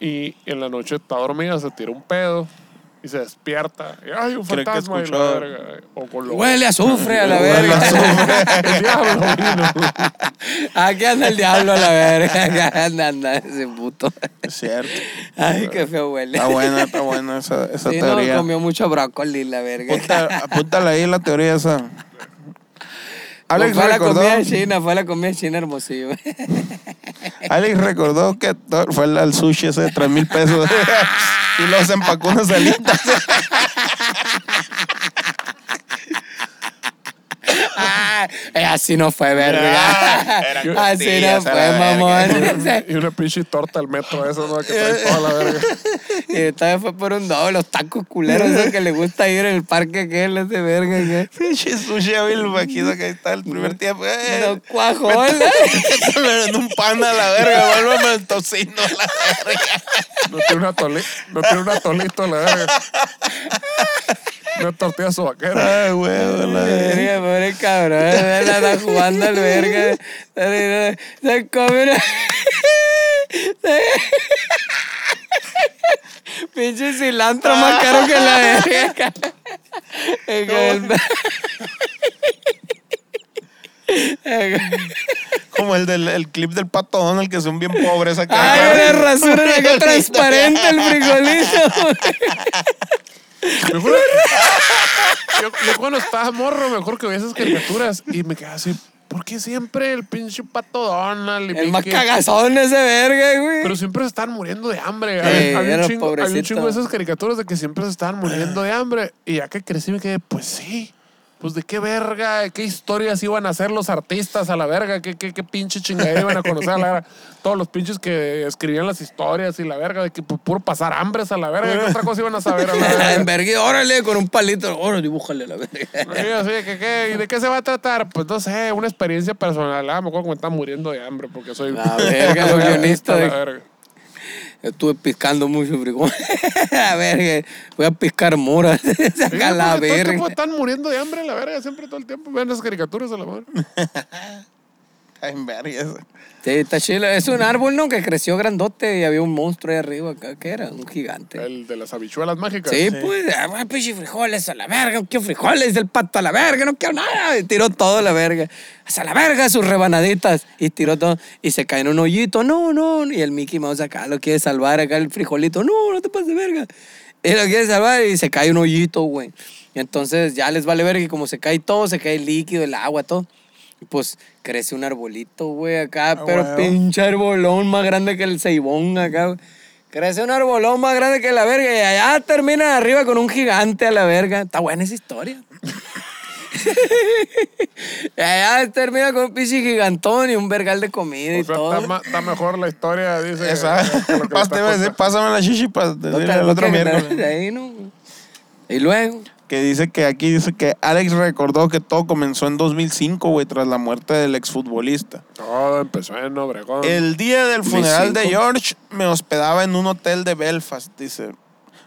y en la noche está dormida, se tira un pedo y se despierta. Y, Ay, un Cree que fantasma y la escuchó- verga. O con lo Huele a azufre a la Huele a verga. El diablo vino. Aquí anda el diablo a la verga. Acá anda, anda ese puto. Es cierto. Ay, qué feo huele. Está buena, está buena esa, esa Sí, no, teoría. comió mucho brócoli, la verga. Apunta- apúntala ahí la teoría esa. Pues Alex fue a la recordó, comida china, fue a la comida china hermosillo. Alex recordó que to- fue al- al sushi ese de 3 mil pesos y los empacó unas alitas. Ah, eh, así no fue, verga. así no costillas, a fue, la mamón. Y una pinche torta al metro esa, ¿no? Que trae toda la verga. Y esta vez fue por un doble, los tacos culeros esos que le gusta ir en el parque aquel, ese verga. que- Pinche sushi, güey, lo imagino que ahí está el primer tiempo. Eh, No cuajó, ¿no? Métamelo en un pan a la verga, vuélvame el tocino a la verga. No tiene una tole, no tiene una tolito la verga. Una tortilla sobaquera. Ay, güey, a Ah, la verga. Verga, Pobre cabrón, eh, la está jugando al verga. Se- Se come una... Se- Pinche cilantro más caro que la verga. Como el del el clip del pato Donald, que son bien pobres acá. Ay, una rasura de acá transparente el frijolito. Mejor- yo, yo cuando estaba morro, mejor que veías esas caricaturas y me quedaba así, ¿Por qué siempre el pinche pato Donald? y El más Mickey? cagazón ese verga, güey. Pero siempre se están muriendo de hambre. Eh, Hay- había, era un chingo, había un pobrecito. Ah. chingo de esas caricaturas de que siempre se estaban muriendo de hambre. Y ya que crecí me quedé, pues sí. Pues de qué verga, de qué historias iban a hacer los artistas a la verga, qué, qué, qué pinche chingadera iban a conocer a la verga. Todos los pinches que escribían las historias y la verga, de que pu- puro pasar hambres a la verga, qué otra cosa iban a saber a la en verga. verga, órale, con un palito. Órale, dibújale la verga. Y yo así de que, ¿qué? ¿Y de qué se va a tratar? Pues no sé, una experiencia personal. Ah, me acuerdo que me estaba muriendo de hambre porque soy. La verga, los soy artista, guionistas de- la verga. Estuve piscando mucho frijol. a verga, voy a piscar moras. Oiga, Saca la porque todo el tiempo verga. están muriendo de hambre, la verga, siempre todo el tiempo. Vean las caricaturas a la madre. En verga. Sí, está chido. Es un árbol, ¿no? Que creció grandote y había un monstruo ahí arriba acá, que era un gigante. El de las habichuelas mágicas. Sí, pues, ah, güey, pinche frijoles a la verga, no quiero frijoles, el pato a la verga, no quiero nada. Y tiró todo a la verga. Hasta la verga sus rebanaditas. Y tiró todo. Y se cae en un hoyito. No, no. Y el Mickey Mouse acá lo quiere salvar, acá el frijolito. No, no te pases de verga. Y lo quiere salvar y se cae un hoyito, güey. Y entonces ya les vale verga. Y como se cae todo, se cae el líquido, el agua, todo. Y pues crece un arbolito, güey, acá. Ah, pero huevo. pinche arbolón más grande que el ceibón acá, güey. Crece un arbolón más grande que la verga y allá termina arriba con un gigante a la verga. Está buena esa historia. y allá termina con un pinche gigantón y un vergal de comida O y sea, todo. está, ma- está mejor la historia, dice. Esa. que lo que le Pas- te iba a decir, está pásame la shishi para No decirle te- al no otro te- miércoles. ahí, ¿no? Y luego, Que dice que aquí dice que Alex recordó que todo comenzó en 2005, güey, tras la muerte del exfutbolista. costando. Todo empezó en Obregón. El día del funeral de 2005. George me hospedaba en un hotel de Belfast, dice.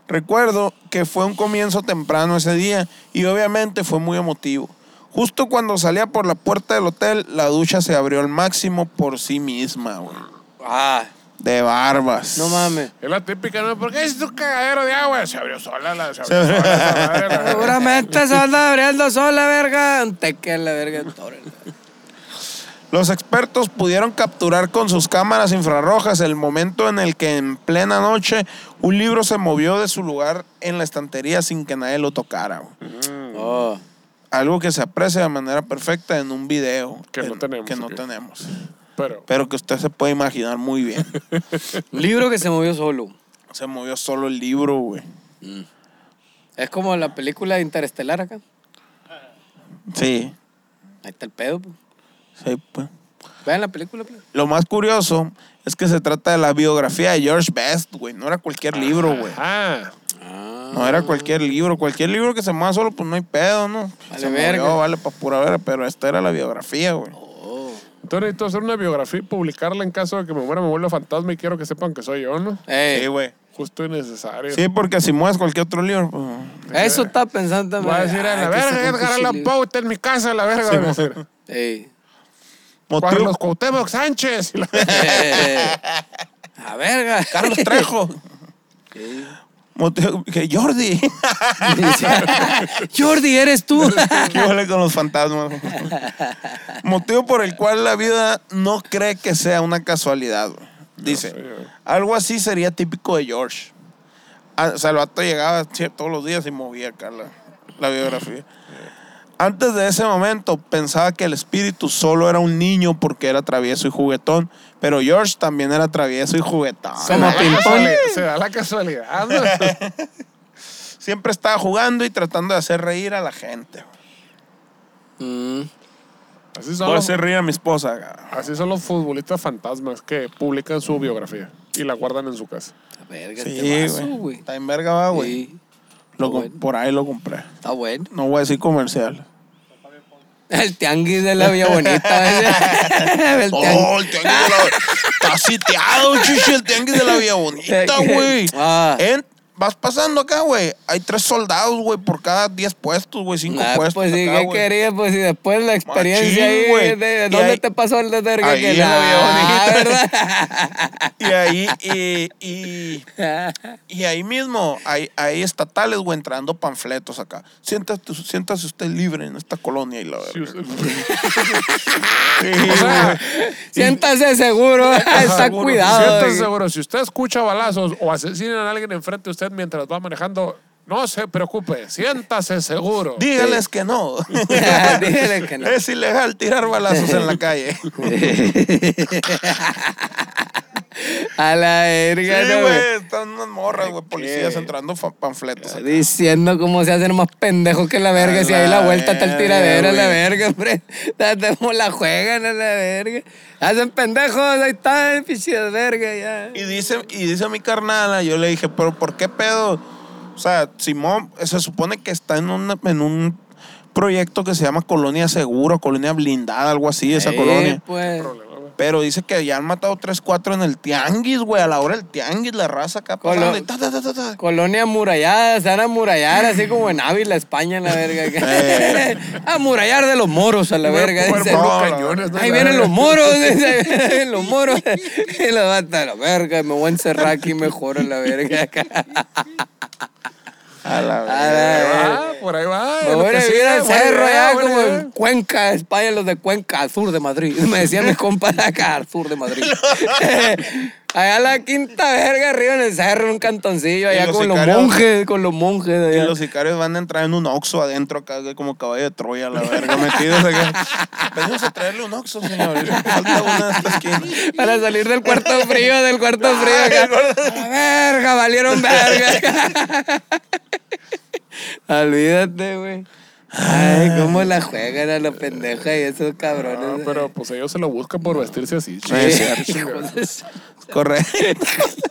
Recuerdo que fue un comienzo temprano ese día y obviamente fue muy emotivo. Justo cuando salía por la puerta del hotel, la ducha se abrió al máximo por sí misma, güey. ah, De barbas. no mames. Es la típica, ¿no? ¿Por qué es tu cagadero de agua? Se abrió sola la. Se abrió sola esa madre, la verga. Seguramente se anda abriendo sola, verga. Un teque a la verga. órale. Los expertos pudieron capturar con sus cámaras infrarrojas el momento en el que en plena noche un libro se movió de su lugar en la estantería sin que nadie lo tocara. güey. Oh. Algo que se aprecia de manera perfecta en un video Que no en- tenemos, que no ok. tenemos, Pero. pero que usted se puede imaginar muy bien. Un libro que se movió solo. se movió solo el libro, güey. Es como la película Interestelar acá. Sí, Ahí está el pedo. pues. sí, pues. Vean la película, pues. Lo más curioso es que se trata de la biografía de George Best, güey. No era cualquier libro, güey. Ah, No era cualquier libro. Cualquier libro que se mueva solo, pues no hay pedo, ¿no? Vale se verga. movió, vale para pura verga, pero esta era la biografía, güey. entonces necesito hacer una biografía y publicarla en caso de que me muera, me vuelva fantasma y quiero que sepan que soy yo, ¿no? Ey, Sí, güey. Justo y necesario. Sí, porque si mueves cualquier otro libro, pues... eso estaba pensando Voy también. a decir a la Ay, que verga, sacó un Edgar pinche Allan libro. Poe está en mi casa, la verga. voy a decir. Ey. Motivo- Carlos Cuauhtémoc Sánchez. Y la- A verga. Carlos Trejo. Motivo- que Jordi. Jordi, eres tú. ¿Qué huele con los fantasmas? Motivo por el cual la vida no cree que sea una casualidad. güey. Dice, algo así sería típico de George. Ah, O sea, el vato llegaba sí, todos los días y movía acá la, la biografía. Antes de ese momento pensaba que el espíritu solo era un niño porque era travieso y juguetón, pero George también era travieso y juguetón. Como ping-pong. Se da la casualidad. ¿no? Siempre estaba jugando y tratando de hacer reír a la gente. güey. Mm, Así son, Voy a los, hacer reír a mi esposa. güey. así son los futbolistas fantasmas que publican su biografía y la guardan en su casa. a verga, este Sí, vaso, güey. güey. Está en verga, va, güey. Sí, Lo com- Está bueno. Por ahí lo compré. está bueno. No voy a decir comercial. El tianguis de la Villa Bonita. el tianguis. Oh, el tianguis de la... Está sitiado, chichi, el tianguis de la Vía Bonita, güey. Ah. En- Vas pasando acá, güey. Hay tres soldados, güey, por cada 10 puestos, güey, cinco Ah, puestos. pues sí, acá, ¿qué güey. querías? Pues si después la experiencia Machín, ahí, güey. de- Y ¿dónde ahí- te pasó el de verga ahí que en la Ah, Villa Bonita. ¿verdad? Y ahí, y, y, y ahí mismo, hay, hay estatales, güey, entrando panfletos acá. Siéntate, siéntase usted libre en esta colonia y la Sí, verdad. usted- Sí, o sea, güey. Siéntase seguro, Ah, está Seguro. cuidado. eh. siéntase güey. seguro, si usted escucha balazos o asesinan a alguien enfrente de usted mientras va manejando, No se preocupe, siéntase seguro. Dígales que no. Dígale que no. Es ilegal tirar balazos en la calle. A la verga, Sí, no, güey, están unas morras, güey, policías entrando fa- panfletos. güey. Diciendo cómo se hacen más pendejos que la verga. A si ahí la la vuelta está el tiradero, a la verga, verga, hombre. Tanto como la juegan, a la verga. Hacen pendejos, ahí está el pinche de verga, ya. Y dice, y dice mi carnala, yo le dije, pero ¿por qué pedo? O sea, Simón eh, se supone que está en, una- en un proyecto que se llama Colonia Seguro, Colonia Blindada, algo así, esa Sí, colonia. Pues, Problema, güey. Pero dice que ya han matado 3, 4 en el tianguis, güey, a la hora del tianguis, la raza acá Colo- pasando y ta, ta, ta, ta, ta. colonia amurallada, se van a amurallar, así como en Ávila, España, la verga. Eh. amurallar de los moros, a la Güey, verga. puro- dice. puro No, cañones, pues, ¿no? Ahí La vienen verga. los moros, dice, ahí vienen los moros. Y la bata a la verga, me voy a encerrar aquí mejor a la verga acá. A la A verga. Ahí Ah, la va, Ah, por ahí va. me lo voy que a pues sigue, vivir al buena cerro idea, allá buena como idea. en Cuenca, España, los de Cuenca, al sur de Madrid. Me decían mis compas de acá, al sur de Madrid. allá la quinta verga, arriba en el cerro, en un cantoncillo, Y allá los con los sicarios- monjes, con los monjes. de Y allá. los sicarios van a entrar en un oxo adentro acá, güey, como caballo de Troya, la verga, metidos acá. Venimos a traerle un oxo, señor. Falta una de estas esquinas. Para salir del cuarto frío, del cuarto frío. acá. A verga, valieron verga. Olvídate, güey. Ay, cómo la juegan a los pendejos y esos No, cabrones. pero pues ellos se lo buscan por vestirse así. Sí, sí. chingada. Hijos de su- Correcto.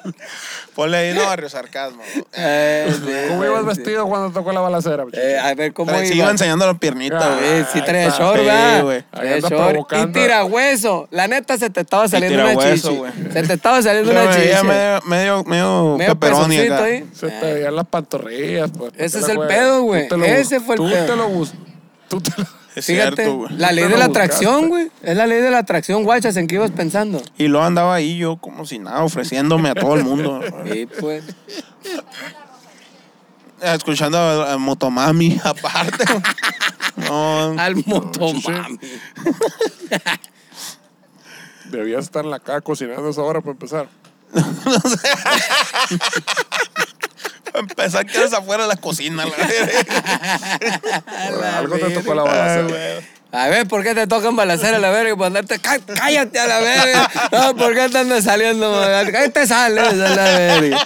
Ponle ahí no barrio sarcasmo. Ay, sí, ¿Cómo güey, ibas sí. vestido cuando tocó la balacera? Eh, a ver cómo Trae- iba. Se iba enseñando la piernita, Ah, güey. Eh, sí trae está, short, sí, ¿verdad? güey. Trae Ahí anda short. Y provocando. tirahueso. La neta, se te estaba saliendo una tirahueso, chichi. güey. Se te estaba Se saliendo una chichi. veía medio, medio, medio, Medio pepperoni pezoncito acá. ahí. Se te veían las pantorrillas. Pues, eh. Ese ¿por es qué el la pedo, güey. Tú te lo Ese bus- fue el tú pedo. Te lo bus- tú te lo... Es Fíjate, cierto, güey. la ley Te de lo la buscaste. atracción, güey. Es la ley de la atracción, guachas, en que ibas pensando. Y luego andaba ahí yo como si nada, ofreciéndome a todo el mundo. Y pues. Escuchando a, a Motomami aparte. No, Al motomami. Debías estar en la caja cocinando esa hora para empezar. para empezar que eres afuera de la cocina. La verga. Por algo te tocó la Ah, balacera. A ver, ¿por qué te tocan balacer a la verga? Por andarte, "Cá- cállate a la verga. No, ¿por qué te andas saliendo? madre? ¿Qué te sales a la verga?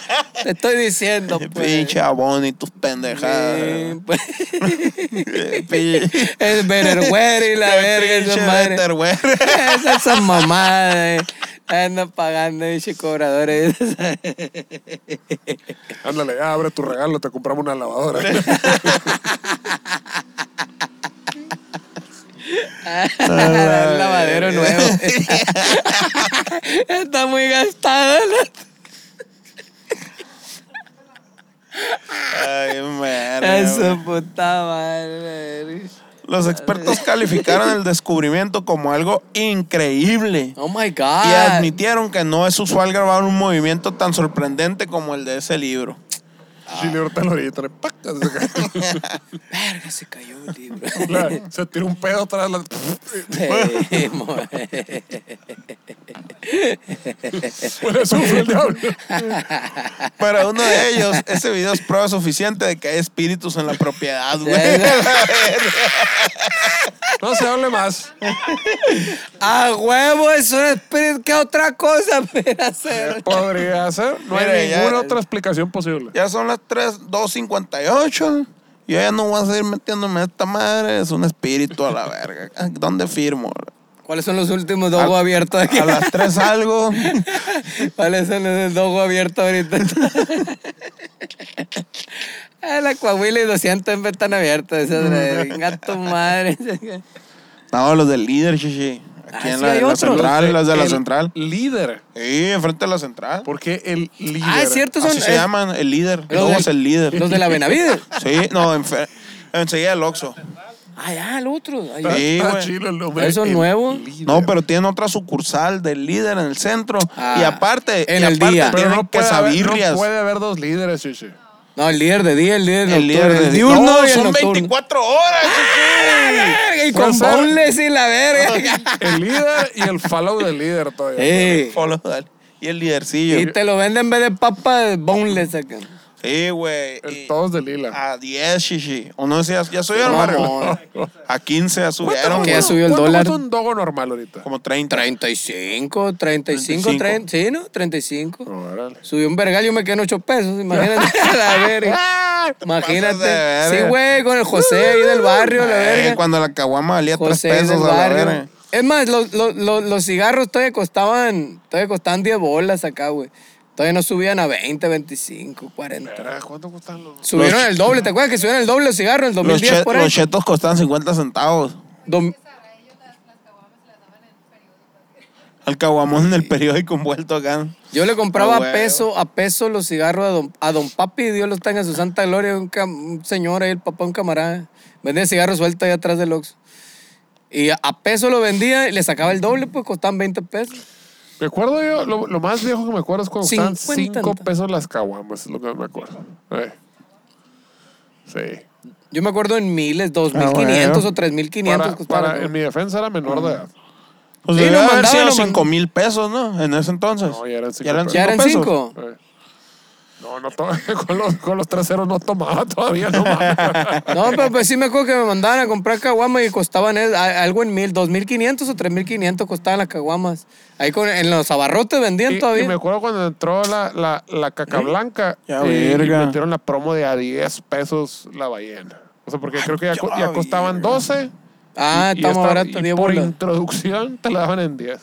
Te estoy diciendo, pues. Pinche abón y tus pendejadas. Sí, pues. Pinche Es vergüenza y la verga, esa madre. Peter, güey. Esa es esa mamada, eh. Anda pagando, bicho, cobradores. Ándale, ya, abre tu regalo, te compramos una lavadora. Era un lavadero nuevo. Está muy gastada. ¿no? Ay, merda. Eso, puta madre. Ah, Los expertos calificaron el descubrimiento como algo increíble Oh my y God. admitieron que no es usual grabar un movimiento tan sorprendente como el de ese libro. Chile ahorita lo orillita, le pac, se cae. Verga, se cayó el libro. La- se tira un pedo atrás. La... Sí, mo- Bueno, eso fue el diablo. Para uno de ellos, ese video es prueba suficiente de que hay espíritus en la propiedad, güey. No se hable más. A huevo, es un espíritu. ¿Qué otra cosa puede hacer? Podría ser. No hay Mira, ya- ninguna otra explicación posible. Ya son las 3, 2.58. Yo ya no voy a seguir metiéndome a esta madre. Es un espíritu a la verga. Ah, ¿Dónde firmo? ¿Cuáles son los últimos dogos A- abiertos aquí? A las 3 algo. ¿Cuáles son los dogos abiertos ahorita? Ah, la Coahuila y 200 siempre están abiertos. Esas de venga tu madre. No, los del líder, chichi. Aquí Ah, en sí, la, hay la otros. central, los de la El central. Líder. Sí, enfrente de la central. Porque el líder. ah, es cierto, son. Así se eh, llaman, el líder. los Luego del- es el líder. Los de la Benavides. Sí, no, enfe- enseguida el Oxxo. Ah, ya, el otro. Ay, Está, Sí, está güey. chido ah, el nombre. ¿Eso El nuevo? líder. No, pero tienen otra sucursal del líder en el centro. Ah, y aparte, en y el aparte día. Pero tienen no puede, haber, quesabirrias. no puede haber dos líderes, chiche. No, el líder de día, el el líder nocturno. líder del el diurno No, y el son nocturno. 24 horas. Ah, verga, Y Puede con ser. boneless y la verga. El líder y el follow del líder todavía. Ey, Follow, dale. Y el y lidercillo. te lo venden en vez de papa boneless acá. Sí, güey. El y todos de lila. A 10, shishi. O no decías, ya subieron, Mario. A 15 ya subieron, ¿Cuánto? güey. Ya subió el ¿Cuánto dólar. cuesta un dogo normal ahorita? Como 30. 35, 35, 35. 30, sí, ¿no? 35. Órale. Subió un vergal, yo me quedé en 8 pesos, imagínate. A la verga. pasas de Imagínate. verga. Sí, güey, con el José ahí del barrio, la Eh, verga. cuando la caguama valía 3 José del pesos a la verga. barrio. Es más, los, los, los, los cigarros todavía costaban, todavía costaban 10 bolas acá, güey. Todavía no subían a 20, 25, 40. Verga, ¿Cuánto cuestan los.? Subieron el doble, ¿te acuerdas que subieron el doble los cigarros en el Los, 2010 che- por ahí? los chetos costaban 50 centavos. Dom- Al caguamón en el periódico envuelto acá. Yo le compraba Ah, a güey. peso, a peso los cigarros a don, a don Papi, Dios los tenga en su santa gloria, un, cam- un señor ahí, el papá, un camarada. Vendía cigarros sueltos ahí atrás del Ox. Y a, a peso lo vendía y le sacaba el doble, pues costaban 20 pesos. Me acuerdo yo, lo, lo más viejo que me acuerdo es cuando costaban 50. 5 pesos las caguamas, es lo que me acuerdo. Eh. Sí. Yo me acuerdo en miles, 2.500 Ah, bueno. o 3.500 Para, costaban. para- en mi defensa era menor de edad. Pues Sí, debía nos haber mandaban, sido nos 5 mil pesos, ¿no? En ese entonces. No, ya eran cinco pesos. ¿Ya eran pesos. 5? Eh. No, no to- con, los, con los traseros no tomaba todavía, no mames. No, pero pues sí me acuerdo que me mandaban a comprar caguamas y costaban eh, a- algo en mil, 2.500 o 3.500 costaban las caguamas. Ahí con, en los abarrotes vendían Y, todavía. y me acuerdo cuando entró la, la, la caca blanca Ya, y, y verga. metieron la promo de a 10 pesos la ballena. O sea, porque creo que ya, co- ya, ya costaban verga. 12. Ah, y está más esta- barato, y 10 Por bolas. introducción te la daban en 10.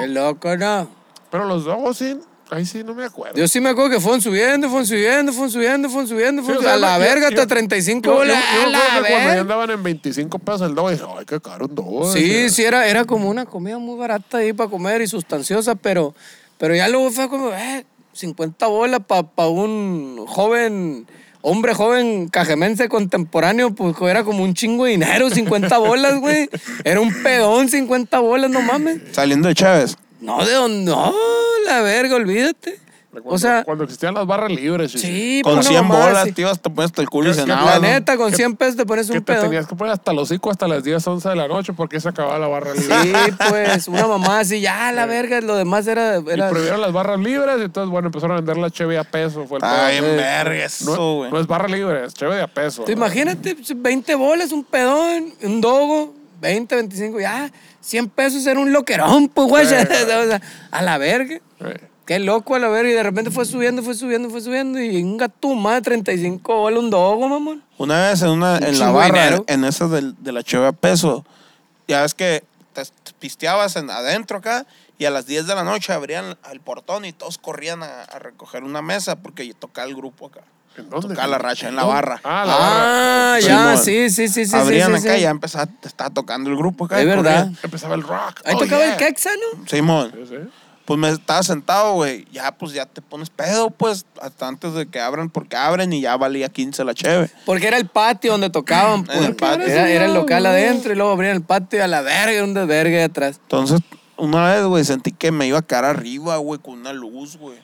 Qué loco, ¿no? Pero los dogos sí, ahí sí no me acuerdo. Yo sí me acuerdo que fueron subiendo, fueron subiendo, fueron subiendo, fueron subiendo, fueron Sí, o sea, subiendo. a la yo- verga yo- hasta 35 yo- yo- bolas. yo pues, a me acuerdo la que cuando ya verga. andaban en 25 pesos el dogo, dije, ay, qué caro un dogo. Sí, sí, era, era como una comida muy barata ahí para comer y sustanciosa, pero, pero ya luego fue como, eh, 50 bolas para un joven, hombre joven cajemense contemporáneo, pues co- era como un chingo de dinero, 50 bolas, güey. Era un pedón, 50 bolas, no mames. Saliendo de Chávez. No, de dónde, no, la verga, olvídate. Cuando, O sea, cuando existían las barras libres. sí, sí. sí, Con pues, una 100 mamada bolas, así. tío, hasta pones hasta el culo y Es que cenabas. La ¿no? neta, con 100 pesos te pones Que un te pedón. tenías que poner hasta los 5 hasta las 10, 11 de la noche porque se acababa la barra libre. Sí, pues, una mamá así, ya, la verga, lo demás era... era- Y prohibieron las barras libres, y entonces, bueno, empezaron a vender la cheve a peso. Fue el Está Ah, bien, pedo. Eh, verga eso, no, güey. no es barra libre, es cheve de a peso. Tú imagínate, pues, 20 bolas, un pedón, un dogo, 20, 25, ya, 100 pesos era un loquerón, pues, güey, ya, o sea, a la verga. Eh, Qué loco a la verga, y de repente fue subiendo, fue subiendo, fue subiendo, y un gato más, 35 bolas, un dogo, mamón. Una vez en, una, en la chingo de barra, dinero. en esa del- de, la cheve a peso, ya ves que te te pisteabas en, adentro acá y a las 10 de la noche abrían el portón y todos corrían a, a recoger una mesa porque tocaba el grupo acá. ¿En dónde? Tocaba la racha en la barra. Ah, la barra. Ah, ya, Simón. sí, sí, sí, sí, sí, abrían sí, acá sí. y ya empezaba, te estaba tocando el grupo acá. Es y verdad. corrían. Empezaba el rock. Ahí Oh, tocaba yeah. el quexa, ¿no? Simón. Sí, sí. pues me estaba sentado, güey. Ya, pues ya te pones pedo, pues, hasta antes de que abran, porque abren y ya valía 15 la cheve. Porque era el patio donde tocaban, pues. el patio. Era, era el local adentro y luego abrían el patio y a la verga, un desvergue atrás. Entonces, una vez, güey, sentí que me iba a caer arriba, güey, con una luz, güey.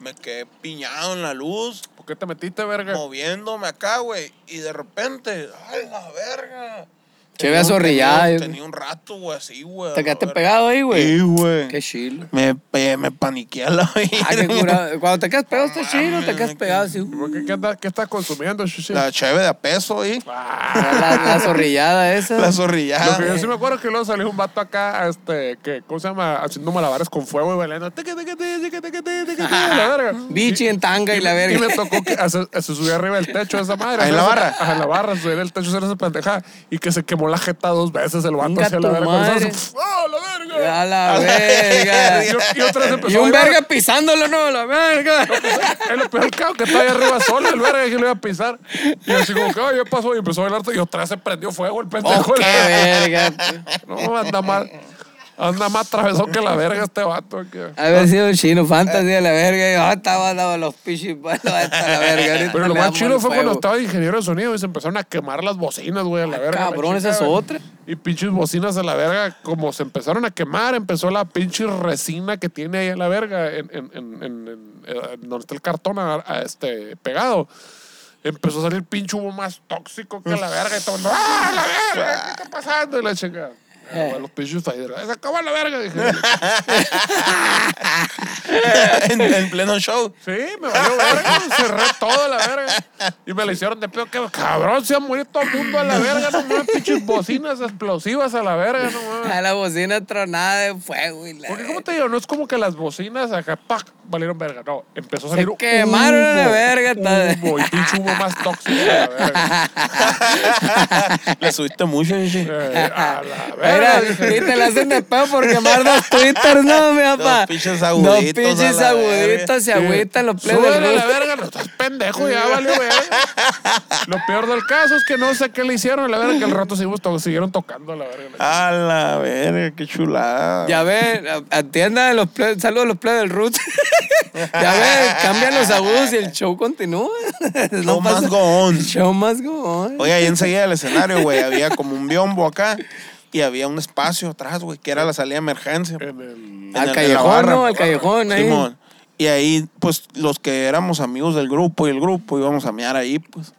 Me quedé piñado en la luz, ¿Por qué te metiste, verga? moviéndome acá, güey. Y de repente, ¡ay, la verga! Cheve Tenía un- azorrillada, tenía- güey. Tenía un rato, güey, así, güey. a Te la quedaste verga. pegado ahí, Sí, güey. güey. Qué chilo. Me, pe- me paniqué a la Ah, qué verga. curado. Cuando te quedas pegado, está chido, te quedas pegado así. uh, ¿Por qué, qué, andas- qué estás consumiendo, Shishi? La cheve de a peso, ahí. Ah, La, la zorrillada esa. La Ah, Lo zorrillada. que yo eh. sí me acuerdo es que luego salió un vato acá, este, que, ¿cómo se llama? Haciendo malabares con fuego y bailando. Tiqui, tiqui, tiqui, tiqui, tiqui, tiqui, tiqui, la verga. Bichi en tanga y la Y me verga. tocó que se, se subió arriba del techo de esa madre. Ahí en la hacer barra. esa- Ajá, en la barra, subir el techo, hacer esa pendejada. Y que se quemó la jeta dos veces el vato Venga hacia la tu verga. cuando madre. se- ¡Ah, la verga! A la Y, verga. y otra vez empezó Y a un bailar. verga pisándolo, no, la verga. Es lo peor cabrón, que está ahí arriba solo, el verga que lo iba a pisar. Y así como que, ay, ya pasó. Y empezó a bailar y otra vez se prendió fuego el pendejo. Oh, qué verga. tío. No, anda más, anda más travesón que la verga este vato. que- Haber sido un chino fantasy a la verga. Y yo estaba dando los pichis palos hasta la verga. ahorita Pero lo le más damos chido al fue cuando fuego. estaba el ingeniero de sonido y se empezaron a quemar las bocinas, güey, a la verga. la Ah, cabrón, esa chingada, es güey. otra. Y pinches bocinas a la verga, como se empezaron a quemar, empezó la pinche resina que tiene ahí a la verga, en, en, en, en- en- eh, donde está el cartón a- a este, pegado. Empezó a salir pinche humo más tóxico que la verga. Y todo el mundo, ¡ah, la verga! ¿Qué está pasando? Y la chingada. Eh. Ah, güey, los pinches Tigers. Se acaba la verga, dije. en, en pleno show. Sí, me valió verga, cerré todo a la verga. Y me la hicieron de pedo, que cabrón, se va a morir todo el mundo a la verga, no mames, pinches bocinas explosivas a la verga, no mames. A la bocina tronada de fuego y la. Porque como te digo, no es como que las bocinas acá, ¡pac! valieron verga, no, empezó a Se salir quemaron humo, a la verga, tal. humo, y pinche humo más tóxico a la verga. Le subiste mucho, dije. Eh, a la verga, Mira, dije. y te la hacen de pedo por quemar dos twitters, no, mi papá. pinches aguditos Dos pinches a la verga. aguditos se agüitan los plebes Súbele del a la gusto. verga, no estás pendejo, ya valió verga. Lo peor del caso es que no sé qué le hicieron a la verga, que al rato seguimos to- siguieron tocando a la verga. A la verga, qué chulada. Ya ven, atiendan los plebes, saludos a los plebes del root. ya ven, cambian los agudos y el show continúa. No más pasa- goón. Show más go Oye, ahí enseguida del escenario, güey, había como un biombo acá y había un espacio atrás, güey, que era la salida de emergencia. En el... En Al el- callejón, en la barra. ¿no? Al callejón, ahí. Simón. Y ahí, pues, los que éramos amigos del grupo y el grupo íbamos a mear ahí, pues,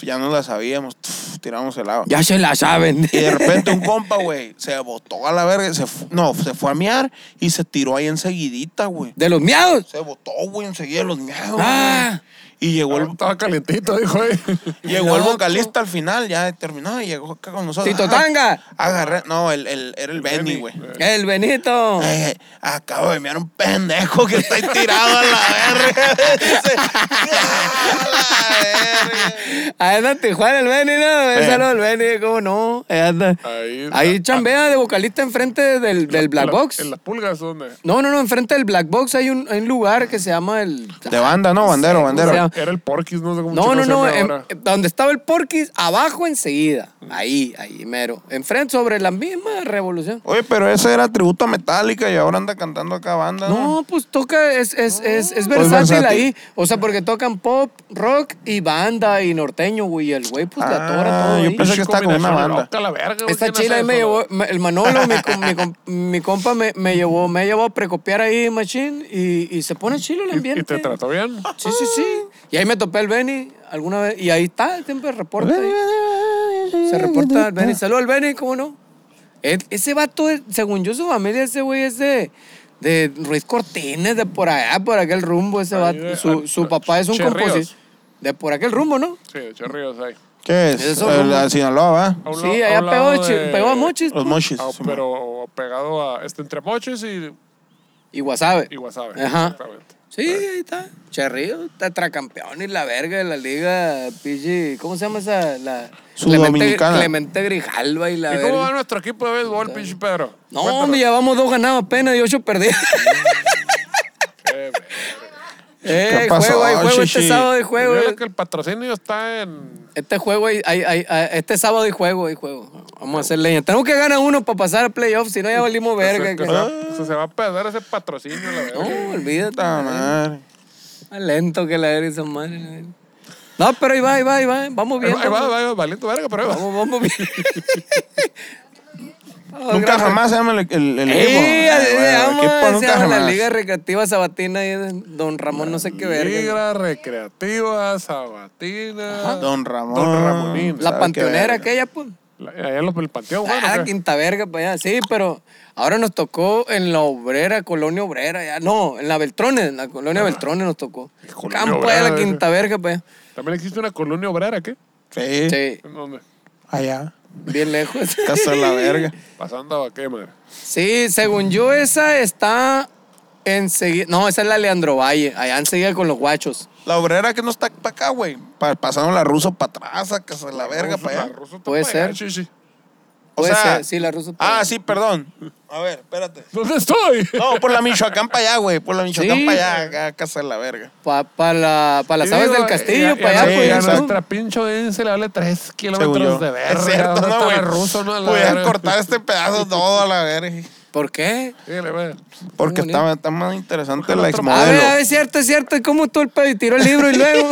ya no la sabíamos, tf, tiramos el agua. Ya se la saben. Y de repente un compa, güey, se botó a la verga, y se fu- no, se fue a mear y se tiró ahí enseguidita, güey. De los miados. Se botó, güey, enseguida los meados. Ah. güey. Y llegó el, Estaba calentito, dijo él. Llegó el Loco. vocalista al final, ya terminó y llegó acá con nosotros. Tito Ah, Tanga. Agarré, no, el, el- era el Benny, Benny, güey. El Benito. Eh, acabo de mirar un pendejo que está ahí tirado a la verga. Dice, "A la verga". Ahí anda en Tijuana el Benny, ¿no? Eh. Ese era el Benny, ¿cómo no? Ahí anda. Ahí- Ahí chambea de vocalista enfrente del, del Black La- Box. En las pulgas, ¿dónde? No, no, no, enfrente del Black Box hay un, hay un lugar que se llama el... De banda, no, bandero, o sea, bandero. Era el Porky's, no sé cómo No, no, chingados se no, llama em- ahora. donde estaba el Porky's, abajo enseguida. Mm. Ahí, ahí mero. Enfrente, sobre la misma revolución. Oye, pero ese era tributo a Metallica y ahora anda cantando acá Ah. banda. No, No, pues toca, es, es, es, es Pues versátil versátil. ahí. O sea, porque tocan pop, rock y banda y norteño, güey. Y el güey, pues le atora Ah, todo. yo ahí. pensé que estaba con una Combinación banda. loca, la verga, güey, Esta ¿quién hace chila ahí me eso, llevó, güey? me- el Manolo, mi, com- mi com- mi compa me, me llevó, me llevó a precopiar ahí, machín, y, y se pone chilo el ¿Y, ambiente. y te trató bien? Sí, sí, sí. Y ahí me topé al Benny alguna vez, y ahí está, siempre reporta. ahí. Se reporta al Benny. Saludos al Benny, ¿cómo no? E- ese vato, es- según yo, su familia, ese güey es de, de Ruiz Cortines, de por allá, por aquel rumbo, ese Ahí vato. de- Su, su papá es un Che Ríos. compositor. De por aquel rumbo, ¿no? Sí, de Cherríos ahí. ¿Qué es? Eso, El- rumbo. el Sinaloa, ¿va? A un Sí, lado- a allá un pegó, lado a Chi- de- pegó a Mochis. Los pues. mochis. Ah, Simón. pero pegado a este entre mochis y, Y Guasave. y wasabi. Ajá. Exactamente. Sí, ahí está. Ah. Cherrillo, tetracampeón y la verga de la liga, PG. ¿Cómo se llama esa? La, Sudominicana. Clemente, Clemente Grijalva y la ¿Y cómo va verga. nuestro equipo de béisbol, pinche Pedro? No, Cuéntanos. hombre, llevamos dos ganados apenas y ocho perdidos. Eh, eh, hay pasó, juego, hay juego, chichi? este sábado hay juego. yo creo que el patrocinio está en... Este juego, hay, hay- hay- hay- este sábado hay juego, hay juego. Vamos a hacer leña. Tenemos que ganar uno para pasar a playoffs, si no ya valimos verga. se, que que- se va, se- se va a perder ese patrocinio, la verga. No, olvídate. Puta madre. Más lento que la verga esa madre. la verga. No, pero ahí va, ahí va, ahí va. Vamos Ahí bien. va, ahí va, ahí va, valiendo verga, pero ahí va. Vamos, vamos bien. Vamos, Nunca gracias. Eh, jamás se llama el, el, el Sí, equipo. Ay, así güey, se el llama, equipo se nunca llama la jamás. Liga Recreativa Sabatina ahí de Don Ramón, no sé qué verga. Ligra, recreativa, sabatina. Ah. Don Ramón. Don Ramonín. Ah, La ¿sabe qué panteonera verga? aquella, pues. La- Allá en los- el panteón, bueno. Ah, ¿qué? quinta verga para allá, sí, pero ahora nos tocó en la obrera, colonia obrera, ya. No, en la Beltrones, en la colonia Beltrones nos tocó. Ah, Colonia Campo Obrera, allá la ese. quinta verga para allá. También existe una colonia obrera, ¿qué? Sí. Sí, ¿En dónde? Allá. bien lejos. Casa de la verga. Pasando a qué, madre. Sí, según yo, esa está enseguida. No, esa es la Leandro Valle, allá enseguida con los guachos. La obrera que no está para acá, güey. Pa- pasaron la ruso para atrás, a casa de la verga Ruso- para la allá. ruso está Puede para allá, ser. chichi. O Puede sea, ser, Pues, eh, sí, la rusa. Ah, sí, perdón. A ver, espérate. ¿Dónde estoy? No, por la Michoacán para allá, güey. Por la Michoacán Sí. para allá, acá, a casa de la verga. Para la, pa las Sí, aves digo, del castillo, y- y para allá, a- pues, y a sí, ¿no? nuestra pinche audiencia le vale 3 kilómetros de verga. es cierto, ¿Dónde ¿no, está güey? la ruso, no? La Pudieran verga. cortar este pedazo todo a la verga. ¿Por qué? Dígale, güey. Porque bonito. está, está más interesante la A ver, a exmodelo. ver, cierto, es cierto. ¿Y cómo tú el pedo y tiró el libro y luego?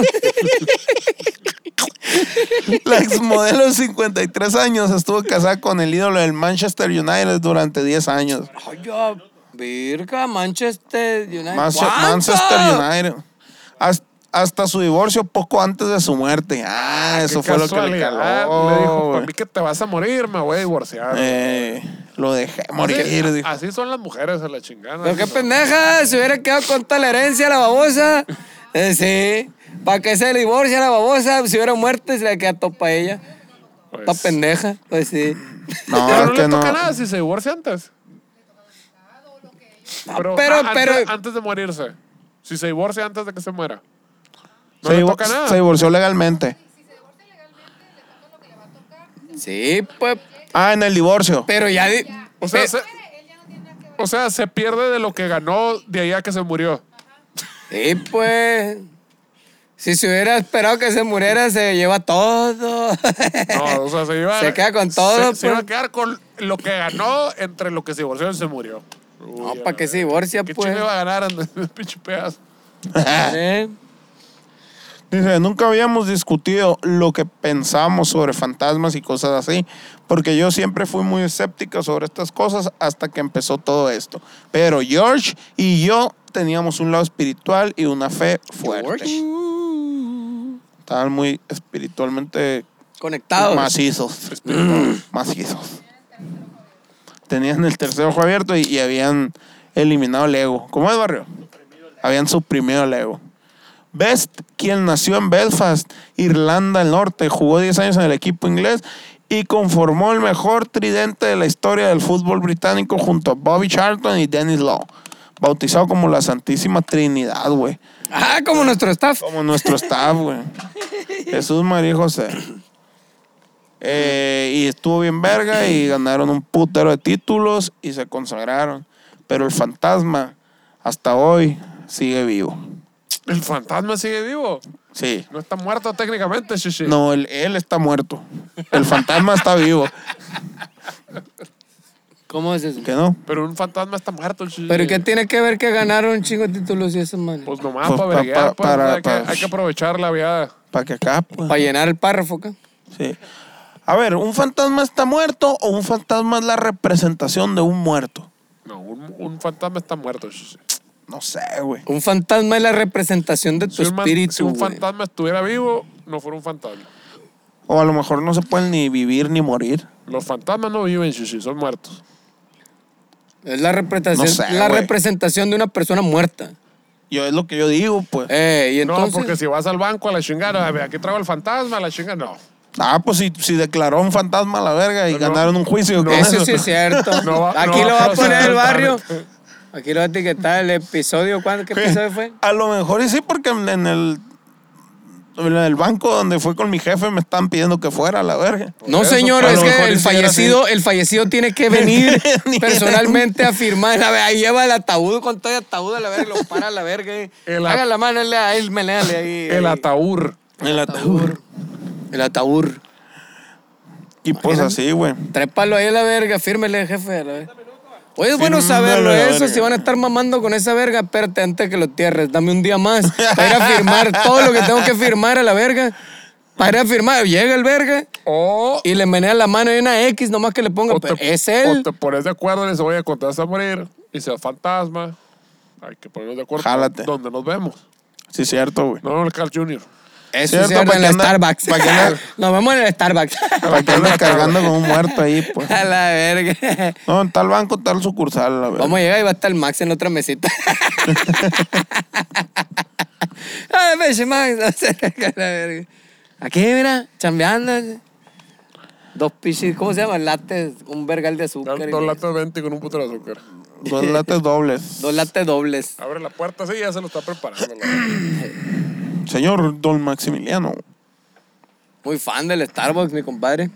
La exmodelo de 53 años estuvo casada con el ídolo del Manchester United durante 10 años. Ay, ya, Virga, Manchester United. Manche- ¿Cuánto? Manchester United. Has- Hasta su divorcio poco antes de su muerte. Ah, eso Qué fue lo que le casualidad. caló. Le dijo, para güey. mí que te vas a morir, me voy a divorciar. Eh, Lo dejé morir. Así, dijo. así son las mujeres a la chingada. Pues, Pero qué Así son. pendeja, se hubiera quedado con toda la herencia la babosa. Eh, sí. ¿Para que se divorcia la babosa? Si hubiera muerto, y se la queda topa ella. Pues, Está pendeja, pues sí. No, Pero es no que le no. toca nada si se divorcia antes. Pero, pero- a- antes, pero- antes de morirse. Si se divorcia antes de que se muera. No se, le divor- toca nada. se divorció legalmente. Sí, pues. Ah, en el divorcio. Pero ya. di- o, sea, pe- se, o sea, se pierde de lo que ganó de allá que se murió. Sí, pues. Si se hubiera esperado que se muriera, se lleva todo. No, o sea, se iba Se queda con todo, Se, se iba a pues. quedar con lo que ganó entre lo que se divorció y se murió. No, para que se divorcia, ¿Qué pues. chingo iba a ganar en pinche pedazo? Eh, Dice, nunca habíamos discutido lo que pensamos sobre fantasmas y cosas así, porque yo siempre fui muy escéptica sobre estas cosas hasta que empezó todo esto. Pero George y yo teníamos un lado espiritual y una fe fuerte. Estaban muy espiritualmente Conectados. macizos. Mm. macizos. Tenían el tercer ojo abierto y, y habían eliminado el ego. ¿Cómo es, barrio? Habían suprimido el ego. Best, quien nació en Belfast, Irlanda del Norte, jugó 10 años en el equipo inglés y conformó el mejor tridente de la historia del fútbol británico junto a Bobby Charlton y Dennis Law, bautizado como la Santísima Trinidad, güey. Ah, como nuestro staff. Como nuestro staff, güey. Jesús, María y José. Eh, y estuvo bien verga y ganaron un putero de títulos y se consagraron. Pero el fantasma, hasta hoy, sigue vivo. El fantasma sigue vivo. Sí. No está muerto técnicamente, Shishi. No, él, él está muerto. El fantasma está vivo. ¿Cómo es eso? ¿Qué no? Pero un fantasma está muerto, Shishi. ¿Pero qué tiene que ver que ganaron un chingo de títulos y eso, man? Pues nomás Pues, para pa- verguear, pa- pues, para- hay, que, para- hay que aprovechar la viada. Para que acá. pues. Para llenar el párrafo acá. Sí. A ver, ¿un fantasma está muerto o un fantasma es la representación de un muerto? No, un, un fantasma está muerto, Shishi. No sé, güey. Un fantasma es la representación de tu Si un, man- espíritu. si un güey. fantasma estuviera vivo, no fuera un fantasma. O a lo mejor no se pueden ni vivir ni morir. Los fantasmas no viven, Shishi, son muertos. Es la representación, No sé, la güey. representación de una persona muerta. Yo es lo que yo digo, pues. Eh, y entonces. No, porque si vas al banco a la chingada, a ver, aquí traigo el fantasma, a la chingada, no. Ah, pues si, si declaró un fantasma a la verga y No, ganaron un juicio. con Eso eso. sí es cierto. No va- Aquí no lo va a va a poner pasar. el barrio. Aquí lo va a etiquetar el episodio. ¿cuándo? ¿Qué episodio fue? A lo mejor y sí, porque en en el, en el banco donde fue con mi jefe me están pidiendo que fuera a la verga. No, eso, señor, a lo es que mejor el hiciera fallecido, el fallecido tiene que venir personalmente a firmar. La ve- ahí lleva el ataúd con todo el ataúd a la verga, lo para a la verga. eh. El Haga at- la mano, él, a él, menéale ahí. El ahí. ataúd. El ataúd. El ataúd. Y pues así, güey. Trépalo ahí a la verga, fírmele, jefe. a la verga. Oye, es bueno Fírmale saberlo a la eso. verga. Si van a estar mamando con esa verga, espérate antes que lo tierres. Dame un día más para ir a firmar todo lo que tengo que firmar a la verga. Para ir a firmar. Llega el verga O, y le menea la mano y una X nomás que le ponga. o pero te, es él. o te pones de acuerdo y se voy a contar a morir y seas fantasma. Hay que ponernos de acuerdo. Jálate. Donde nos vemos. Sí, cierto, güey. No en el Carl Jr. Eso Cierto, es cierto, ¿para qué en la anda- Starbucks. para qué anda- Nos vemos en el Starbucks. Para que andes cargando con un muerto ahí, pues. a la verga. No, en tal banco, tal sucursal, a la verga. Vamos a llegar y va a estar Max en la otra mesita. Ay, pinche Max. A la verga. Aquí, mira, chambeando. Dos pichis, ¿cómo se llama? Lates, un vergal de azúcar. y- Dos latas 20 con un puto de azúcar. Dos lates dobles. dos lates dobles. Abre la puerta, sí, ya se lo está preparando. la- Señor Don Maximiliano. Muy fan del Starbucks, mi compadre.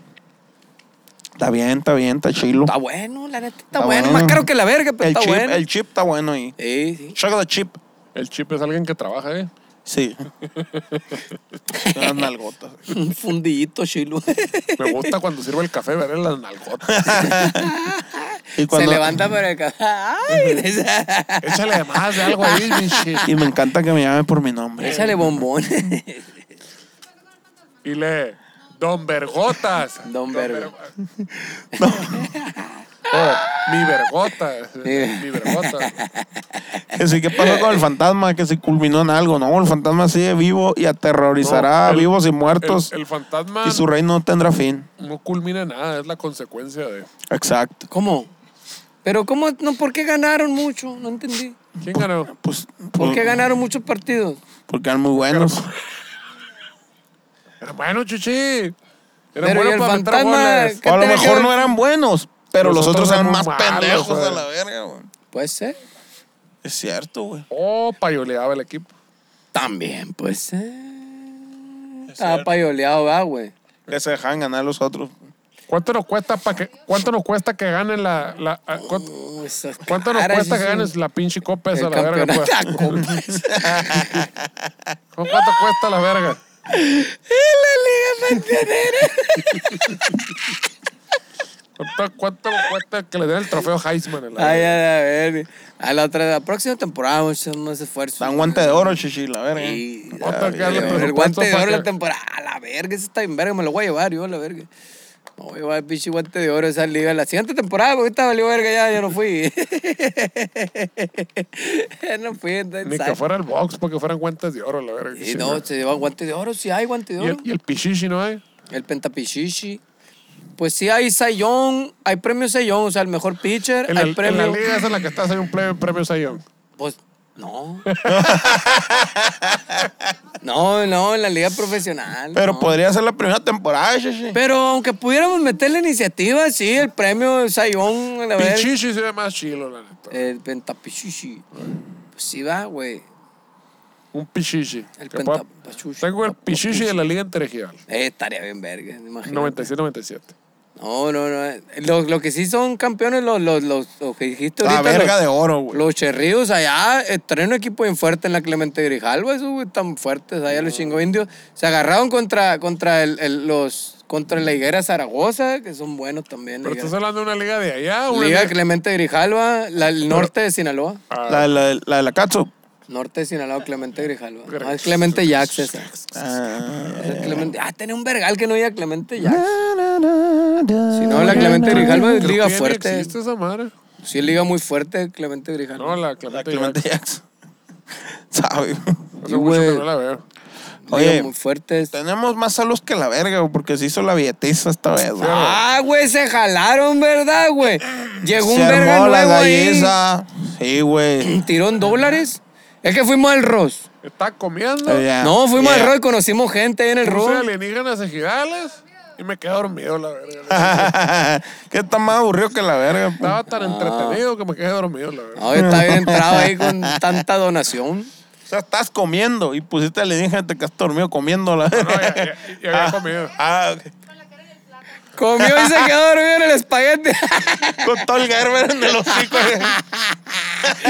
Está bien, está bien, está chilo. Está bueno, la neta, está, Está bueno. bueno. Más caro que la verga, pero el está chip, bueno. el chip está bueno ahí. Sí, sí. Check the chip. El chip es alguien que trabaja, ¿eh? Sí. Unas nalgotas. Un fundillito chilo. Me gusta cuando sirve el café ver en las nalgotas. Y Se cuando- levanta por el café. Ay, Échale más de algo ahí, Michi. Y me encanta que me llamen por mi nombre. échale bombón. Y le... Don Vergotas. Don Vergo. Vergo- Oh, mi vergota. Sí. Mi vergota. Que sí, ¿qué pasó con el fantasma? Que si culminó en algo. No, el fantasma sigue vivo y aterrorizará No, a el- vivos y muertos. El, el fantasma y su reino no tendrá fin. no culmina nada, es la consecuencia de. Exacto. ¿Cómo? Pero ¿cómo? No, ¿Por qué ganaron mucho? No entendí. ¿Quién ganó? Pues, ¿Por pues, qué ganaron muchos partidos? porque eran muy buenos. Hermano, chuchi. Era Pero, ¿y bueno el para meter fantasma? goles. ¿Qué O a lo tiene que mejor ver? no eran buenos, pero los, otros eran más malos, pendejos güey. a la verga, güey. Puede ser. Es cierto, güey. Oh, payoleaba el equipo. También puede ser. Estaba payoleado, ¿verdad, güey? Que se dejan ganar los otros. ¿Cuánto nos cuesta, pa que, cuánto nos cuesta que ganen la. la a- cuánto, Uh, esas cuánto nos caras, cuesta que esas- ganes la pinche copa esa, el la verga? campeonato pues? de la Copa esa. ¿Cuánto cuesta la verga? La Liga Pantanera. ¿Cuánto, cuánto cuesta que le den el trofeo Heisman? a la Ay, verga? a ver. A la, otra, la próxima temporada vamos a hacer más esfuerzo. Dan guante de oro, chichi, la verga. Sí, la Otra que darle verga, el presupuesto guante de para oro de que- la temporada. A la verga, ese está bien verga. Me lo voy a llevar yo, a la verga. Me voy a llevar el pinche guante de oro de esa liga. La siguiente temporada, porque ahorita valió verga ya, yo no fui. Ya no fui. entonces, Ni que ¿sabes? fuera el box, porque fueran guantes de oro, la verga. Y no, se llevan guante de oro, sí hay guante de ¿Y, oro. el, y el pichichi no eh? hay. El Pentapichichi. Pues sí, hay Sayón, hay premio Sayón, o sea, el mejor pitcher, En la, hay en premio. la liga esa en la que estás hay un premio, premio Sayón. Pues no. no, no, en la liga profesional. Pero no. podría ser la primera temporada, chichi. Pero aunque pudiéramos meter la iniciativa, sí, el premio Sayón, a la verga. Pichichi se ve más chilo, la neta. El Pentapichichi. Pues sí va, güey. Un pichichi. El Que pueda- pentapachuchi. Tengo el pichichi de la liga interregional. Eh, estaría bien verga, imagínate. 96-97. No, no, no. Lo, lo que sí son campeones, los, los, los, los que dijiste La Ah, ahorita. Ah, verga los, de oro, güey. Los cherríos allá, eh, traen un equipo bien fuerte en la Clemente Grijalva, esos güey, tan fuertes allá los chingo indios. Se agarraron contra, contra el, el- los contra la higuera Zaragoza, que son buenos también. la Pero higuera. estás hablando de una liga de allá, una Liga liga- Clemente Grijalva, la- el norte de Sinaloa. Ah, La, la, la de la Katsu. Norte de Sinaloa, Clemente Grijalva. Ah, es Clemente Yax esa. Eh. Ah. Es el Clemente- ah, tenía un vergal que no había Clemente Yax. Si no, la Clemente Grijalva es creo liga que ya ni fuerte. existe esa madre? Sí, es liga muy fuerte, Clemente Grijalva. No, la La Clemente. Clemente Yax. Jackson. Sabe. Hace Sí, mucho güey. que no la veo. Liga Oye. muy fuertes. Tenemos más salud que la verga, güey, porque se hizo la billetiza esta vez, güey. Ah, güey, se jalaron, ¿verdad, güey? Llegó un se verga armó nuevo la ahí. galleza. Sí, güey. Tiró en dólares. Es que fuimos al Ross. ¿Está comiendo? Eh, ya. No, fuimos Yeah. al Ross y conocimos gente ahí en el Puse Ross. alienígenas ejidales y me quedé dormido, la verga. que está más aburrido que la verga. pues. Ah. Estaba tan entretenido que me quedé dormido, la verga. No, está bien entrado ahí con tanta donación. O sea, estás comiendo y pusiste le dije que has dormido comiendo la No, ya, ya- ya había comido. Ah, ok. Comió y se quedó dormido en el espagueti. Con todo el Gerber en el hocico.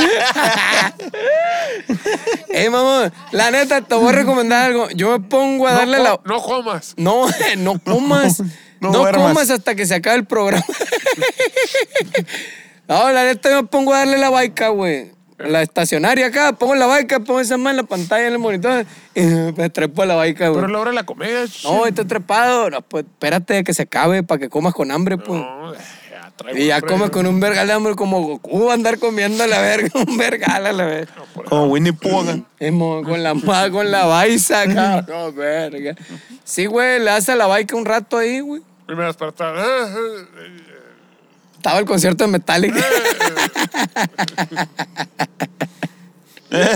Ey, Eh, mamón, la neta, te voy a recomendar algo. Yo me pongo a darle no, la... co- no comas. No, no comas. no No, duermas. comas hasta que se acabe el programa. no, la neta, yo me pongo a darle la baica, güey. La estacionaria acá, pongo la baica, pongo esa más en la pantalla, en el monitor. Y me trepo a la baica, Pero es güey. la hora de la comida. ch- No, estoy trepado. No, pues espérate que se acabe para que comas con hambre, pues. No, ya traigo y ya hambre, comes güey. con un vergal de hambre como Goku, andar comiendo a la verga, un vergal a la verga. Como Winnie Pooh. Emo, con la ma- con la baisa, cabrón, no, verga. Sí, güey, le hace a la baica un rato ahí, güey. Y me despertaba. "Ah, ah, ah". Estaba el concierto de Metallica. Eh.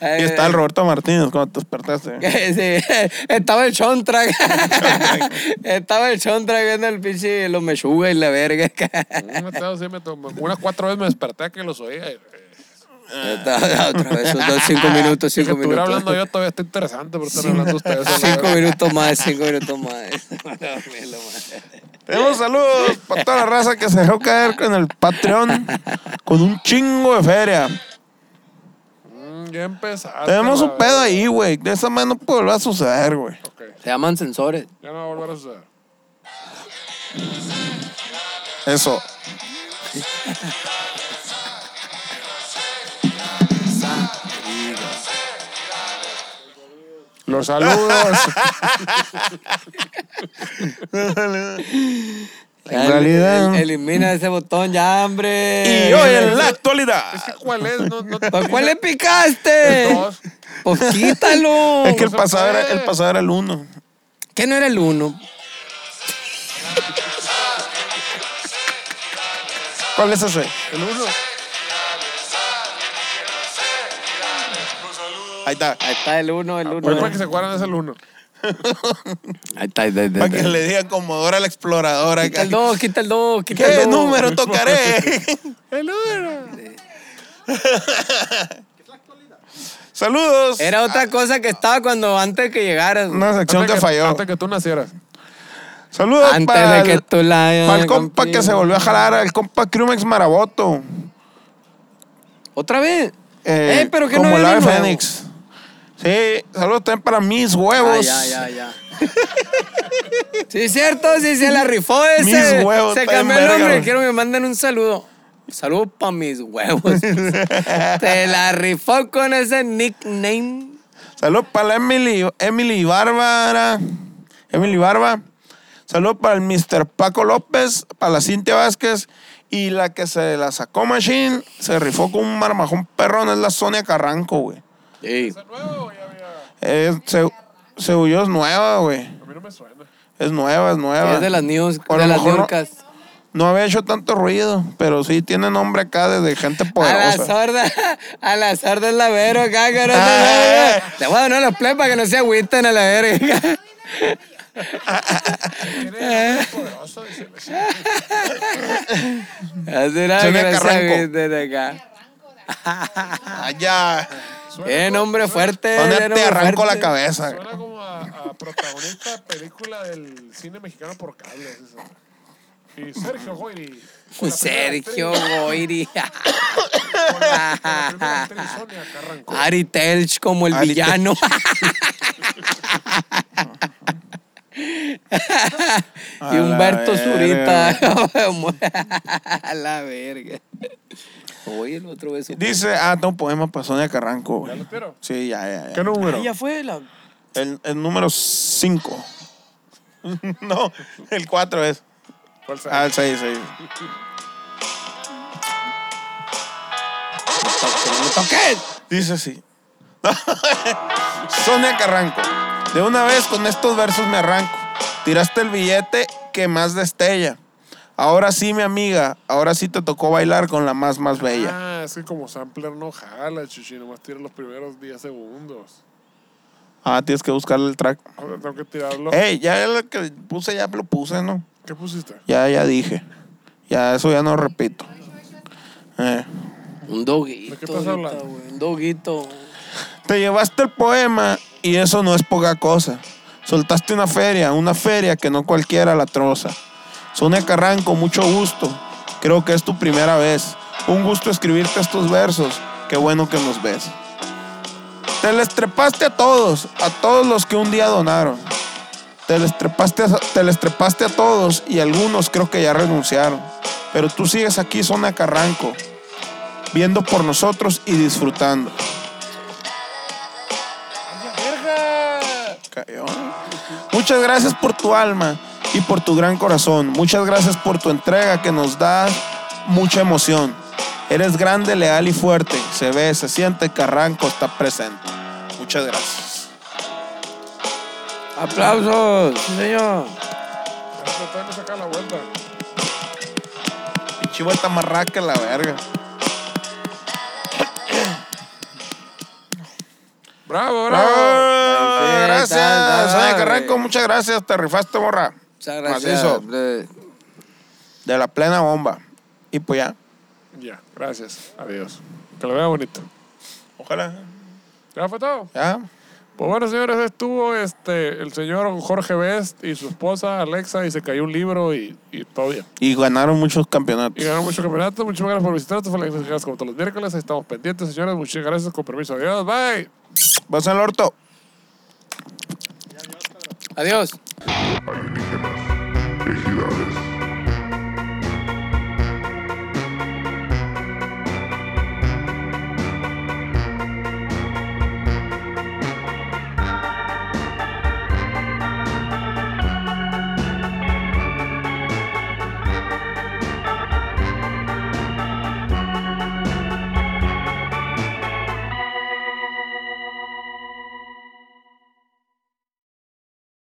Y está el Roberto Martínez cuando te despertaste. Sí, estaba el Chontra. estaba el Chontra viendo el pinche los mechuga y la verga. Un atado sí me tomó. Unas cuatro veces me desperté que los oía. Eh, Eh. Estaba Otra vez, esos dos, cinco minutos, Que cinco estuviera minutos. hablando yo todavía está interesante, pero están hablando ustedes. a la Cinco verga. minutos más, cinco minutos más. Dámelo, madre. Tenemos saludos para toda la raza que se dejó caer con el Patreon con un chingo de feria. Mm, Ya empezaste. Tenemos la un pedo verga. ahí, güey. De esa mano no puede volver a suceder, güey. Ok, Se llaman sensores. Ya no va a volver a suceder. Eso. Los saludos. La En realidad. El- elimina ese botón ya, hombre. Y hoy en la actualidad. Es que ¿Cuál es? No, no- ¿Por cuál le picaste? Dos. Pues quítalo. Es que el se pasado era puede. el, pasado era el uno. ¿Qué no era el uno? ¿Cuál es ese? El uno. Ahí está. Ahí está el uno, el uno. Hoy para que se acuerdan es el uno. Ahí está, ahí está, ahí está. Para que le diga Comodora la exploradora. Quita el acá. dos, quita el dos, quita el ¿Qué dos. número tocaré? El uno. Saludos. Era otra cosa que estaba cuando antes que llegaras. una sección Antes que, falló. Antes que tú nacieras. Saludos Antes para de que tú la. el compa que se volvió a jalar, al compa Crumex Maraboto. ¿Otra vez? Eh, Eh, pero que como no el era ave nuevo. Fénix. Sí, saludos también para mis Ah, huevos. ya, ya, ya. sí, cierto, sí, se la rifó ese. Mis huevos, se está cambió bien el verga, nombre. güey. Quiero que me manden un saludo. Saludos para mis huevos. se la rifó con ese nickname. Saludos para la Emily, Emily Bárbara. Emily Barba. Saludos para el Mr. Paco López, para la Cintia Vázquez. Y la que se la sacó Machine, se rifó con un marmajón perrón, es la Sonia Carranco, güey. Sí. Es- se, se huyó, es nueva, güey. A mí no me suena. Es nueva, es nueva. Es de las news, Ah, Por de lo las mejor no- nurcas. No había hecho tanto ruido, pero sí tiene nombre acá de gente A la poderosa. sorda, a la sorda el lavero, acá, que no Ah. se Le voy a donar los play para que no se agüiten a la verga. Eh. Poderoso, dice. Así Sonia nada, que no se Carranco. agüiten acá. Allá. Bien, hombre fuerte. ¿Dónde bien Ah, te hombre arranco la Eh, fuerte. cabeza? Suena como a, a protagonista de película del cine mexicano por cable. es eso. Y Sergio Goyri. con la primera Pues Sergio actriz- Goiri. con la- con la primera actriz, Sonia Carranco. Ari Telch como el Ari villano. y A Humberto la Zurita. a la verga. Oye, el otro beso. Dice, ah, está un poema para Sonia Carranco, güey. ¿Ya lo tiro? Sí, ya, ya, ¿Qué ya. número? Ahí ya fue la. El, el número 5. no, el 4 es. ¿Cuál será? Ah, el 6, 6. Dice así. Sonia Carranco. De una vez con estos versos me arranco. Tiraste el billete que más destella. Ahora sí, mi amiga. Ahora sí te tocó bailar con la más más bella. Ah, es que como sampler no jala, chuchi, nomás tira los primeros 10 segundos. Ah, tienes que buscarle el track. O sea, tengo que tirarlo. Ey, ya lo que puse, ya lo puse, ¿no? ¿Qué pusiste? Ya, ya dije. Ya, eso ya no repito. Eh. Un doguito. ¿De qué estás hablando? ahorita, güey, Un doguito. Te llevaste el poema y eso no es poca cosa. Soltaste una feria, una feria que no cualquiera la troza. Sonia Carranco, mucho gusto. Creo que es tu primera vez. Un gusto escribirte estos versos. Qué bueno que nos ves. Te les trepaste a todos, a todos los que un día donaron. Te les trepaste a, te les trepaste a todos y algunos creo que ya renunciaron. Pero tú sigues aquí, Sonia Carranco, viendo por nosotros y disfrutando. Cayó. Muchas gracias por tu alma y por tu gran corazón. Muchas gracias por tu entrega que nos da mucha emoción. Eres grande, leal y fuerte. Se ve, se siente, Carranco está presente. Muchas gracias. Aplausos, sí, señor. Estoy tratando de sacar la vuelta. Pinche vuelta más raca la verga. ¡Bravo, bravo! Bravo, sí, ahí gracias. está, ahí está, Sonia güey. Carranco, muchas gracias. Te rifaste, borra. Muchas gracias. Macizo. Eh, De la plena bomba. Y pues ya. Ya, gracias. Adiós. Que lo vea bonito. Ojalá. ¿Ya fue todo? Ya. Pues bueno, señores, estuvo este, el señor Jorge Best y su esposa Alexa y se cayó un libro y, y todo bien. Y ganaron muchos Y campeonatos. ganaron muchos campeonatos. Muchas gracias por visitarnos. Fue la Mexicanas como todos los miércoles. Ahí Estamos pendientes, señores. Muchas gracias. Con permiso. Adiós. Bye. Vas al orto. Adiós. Ay,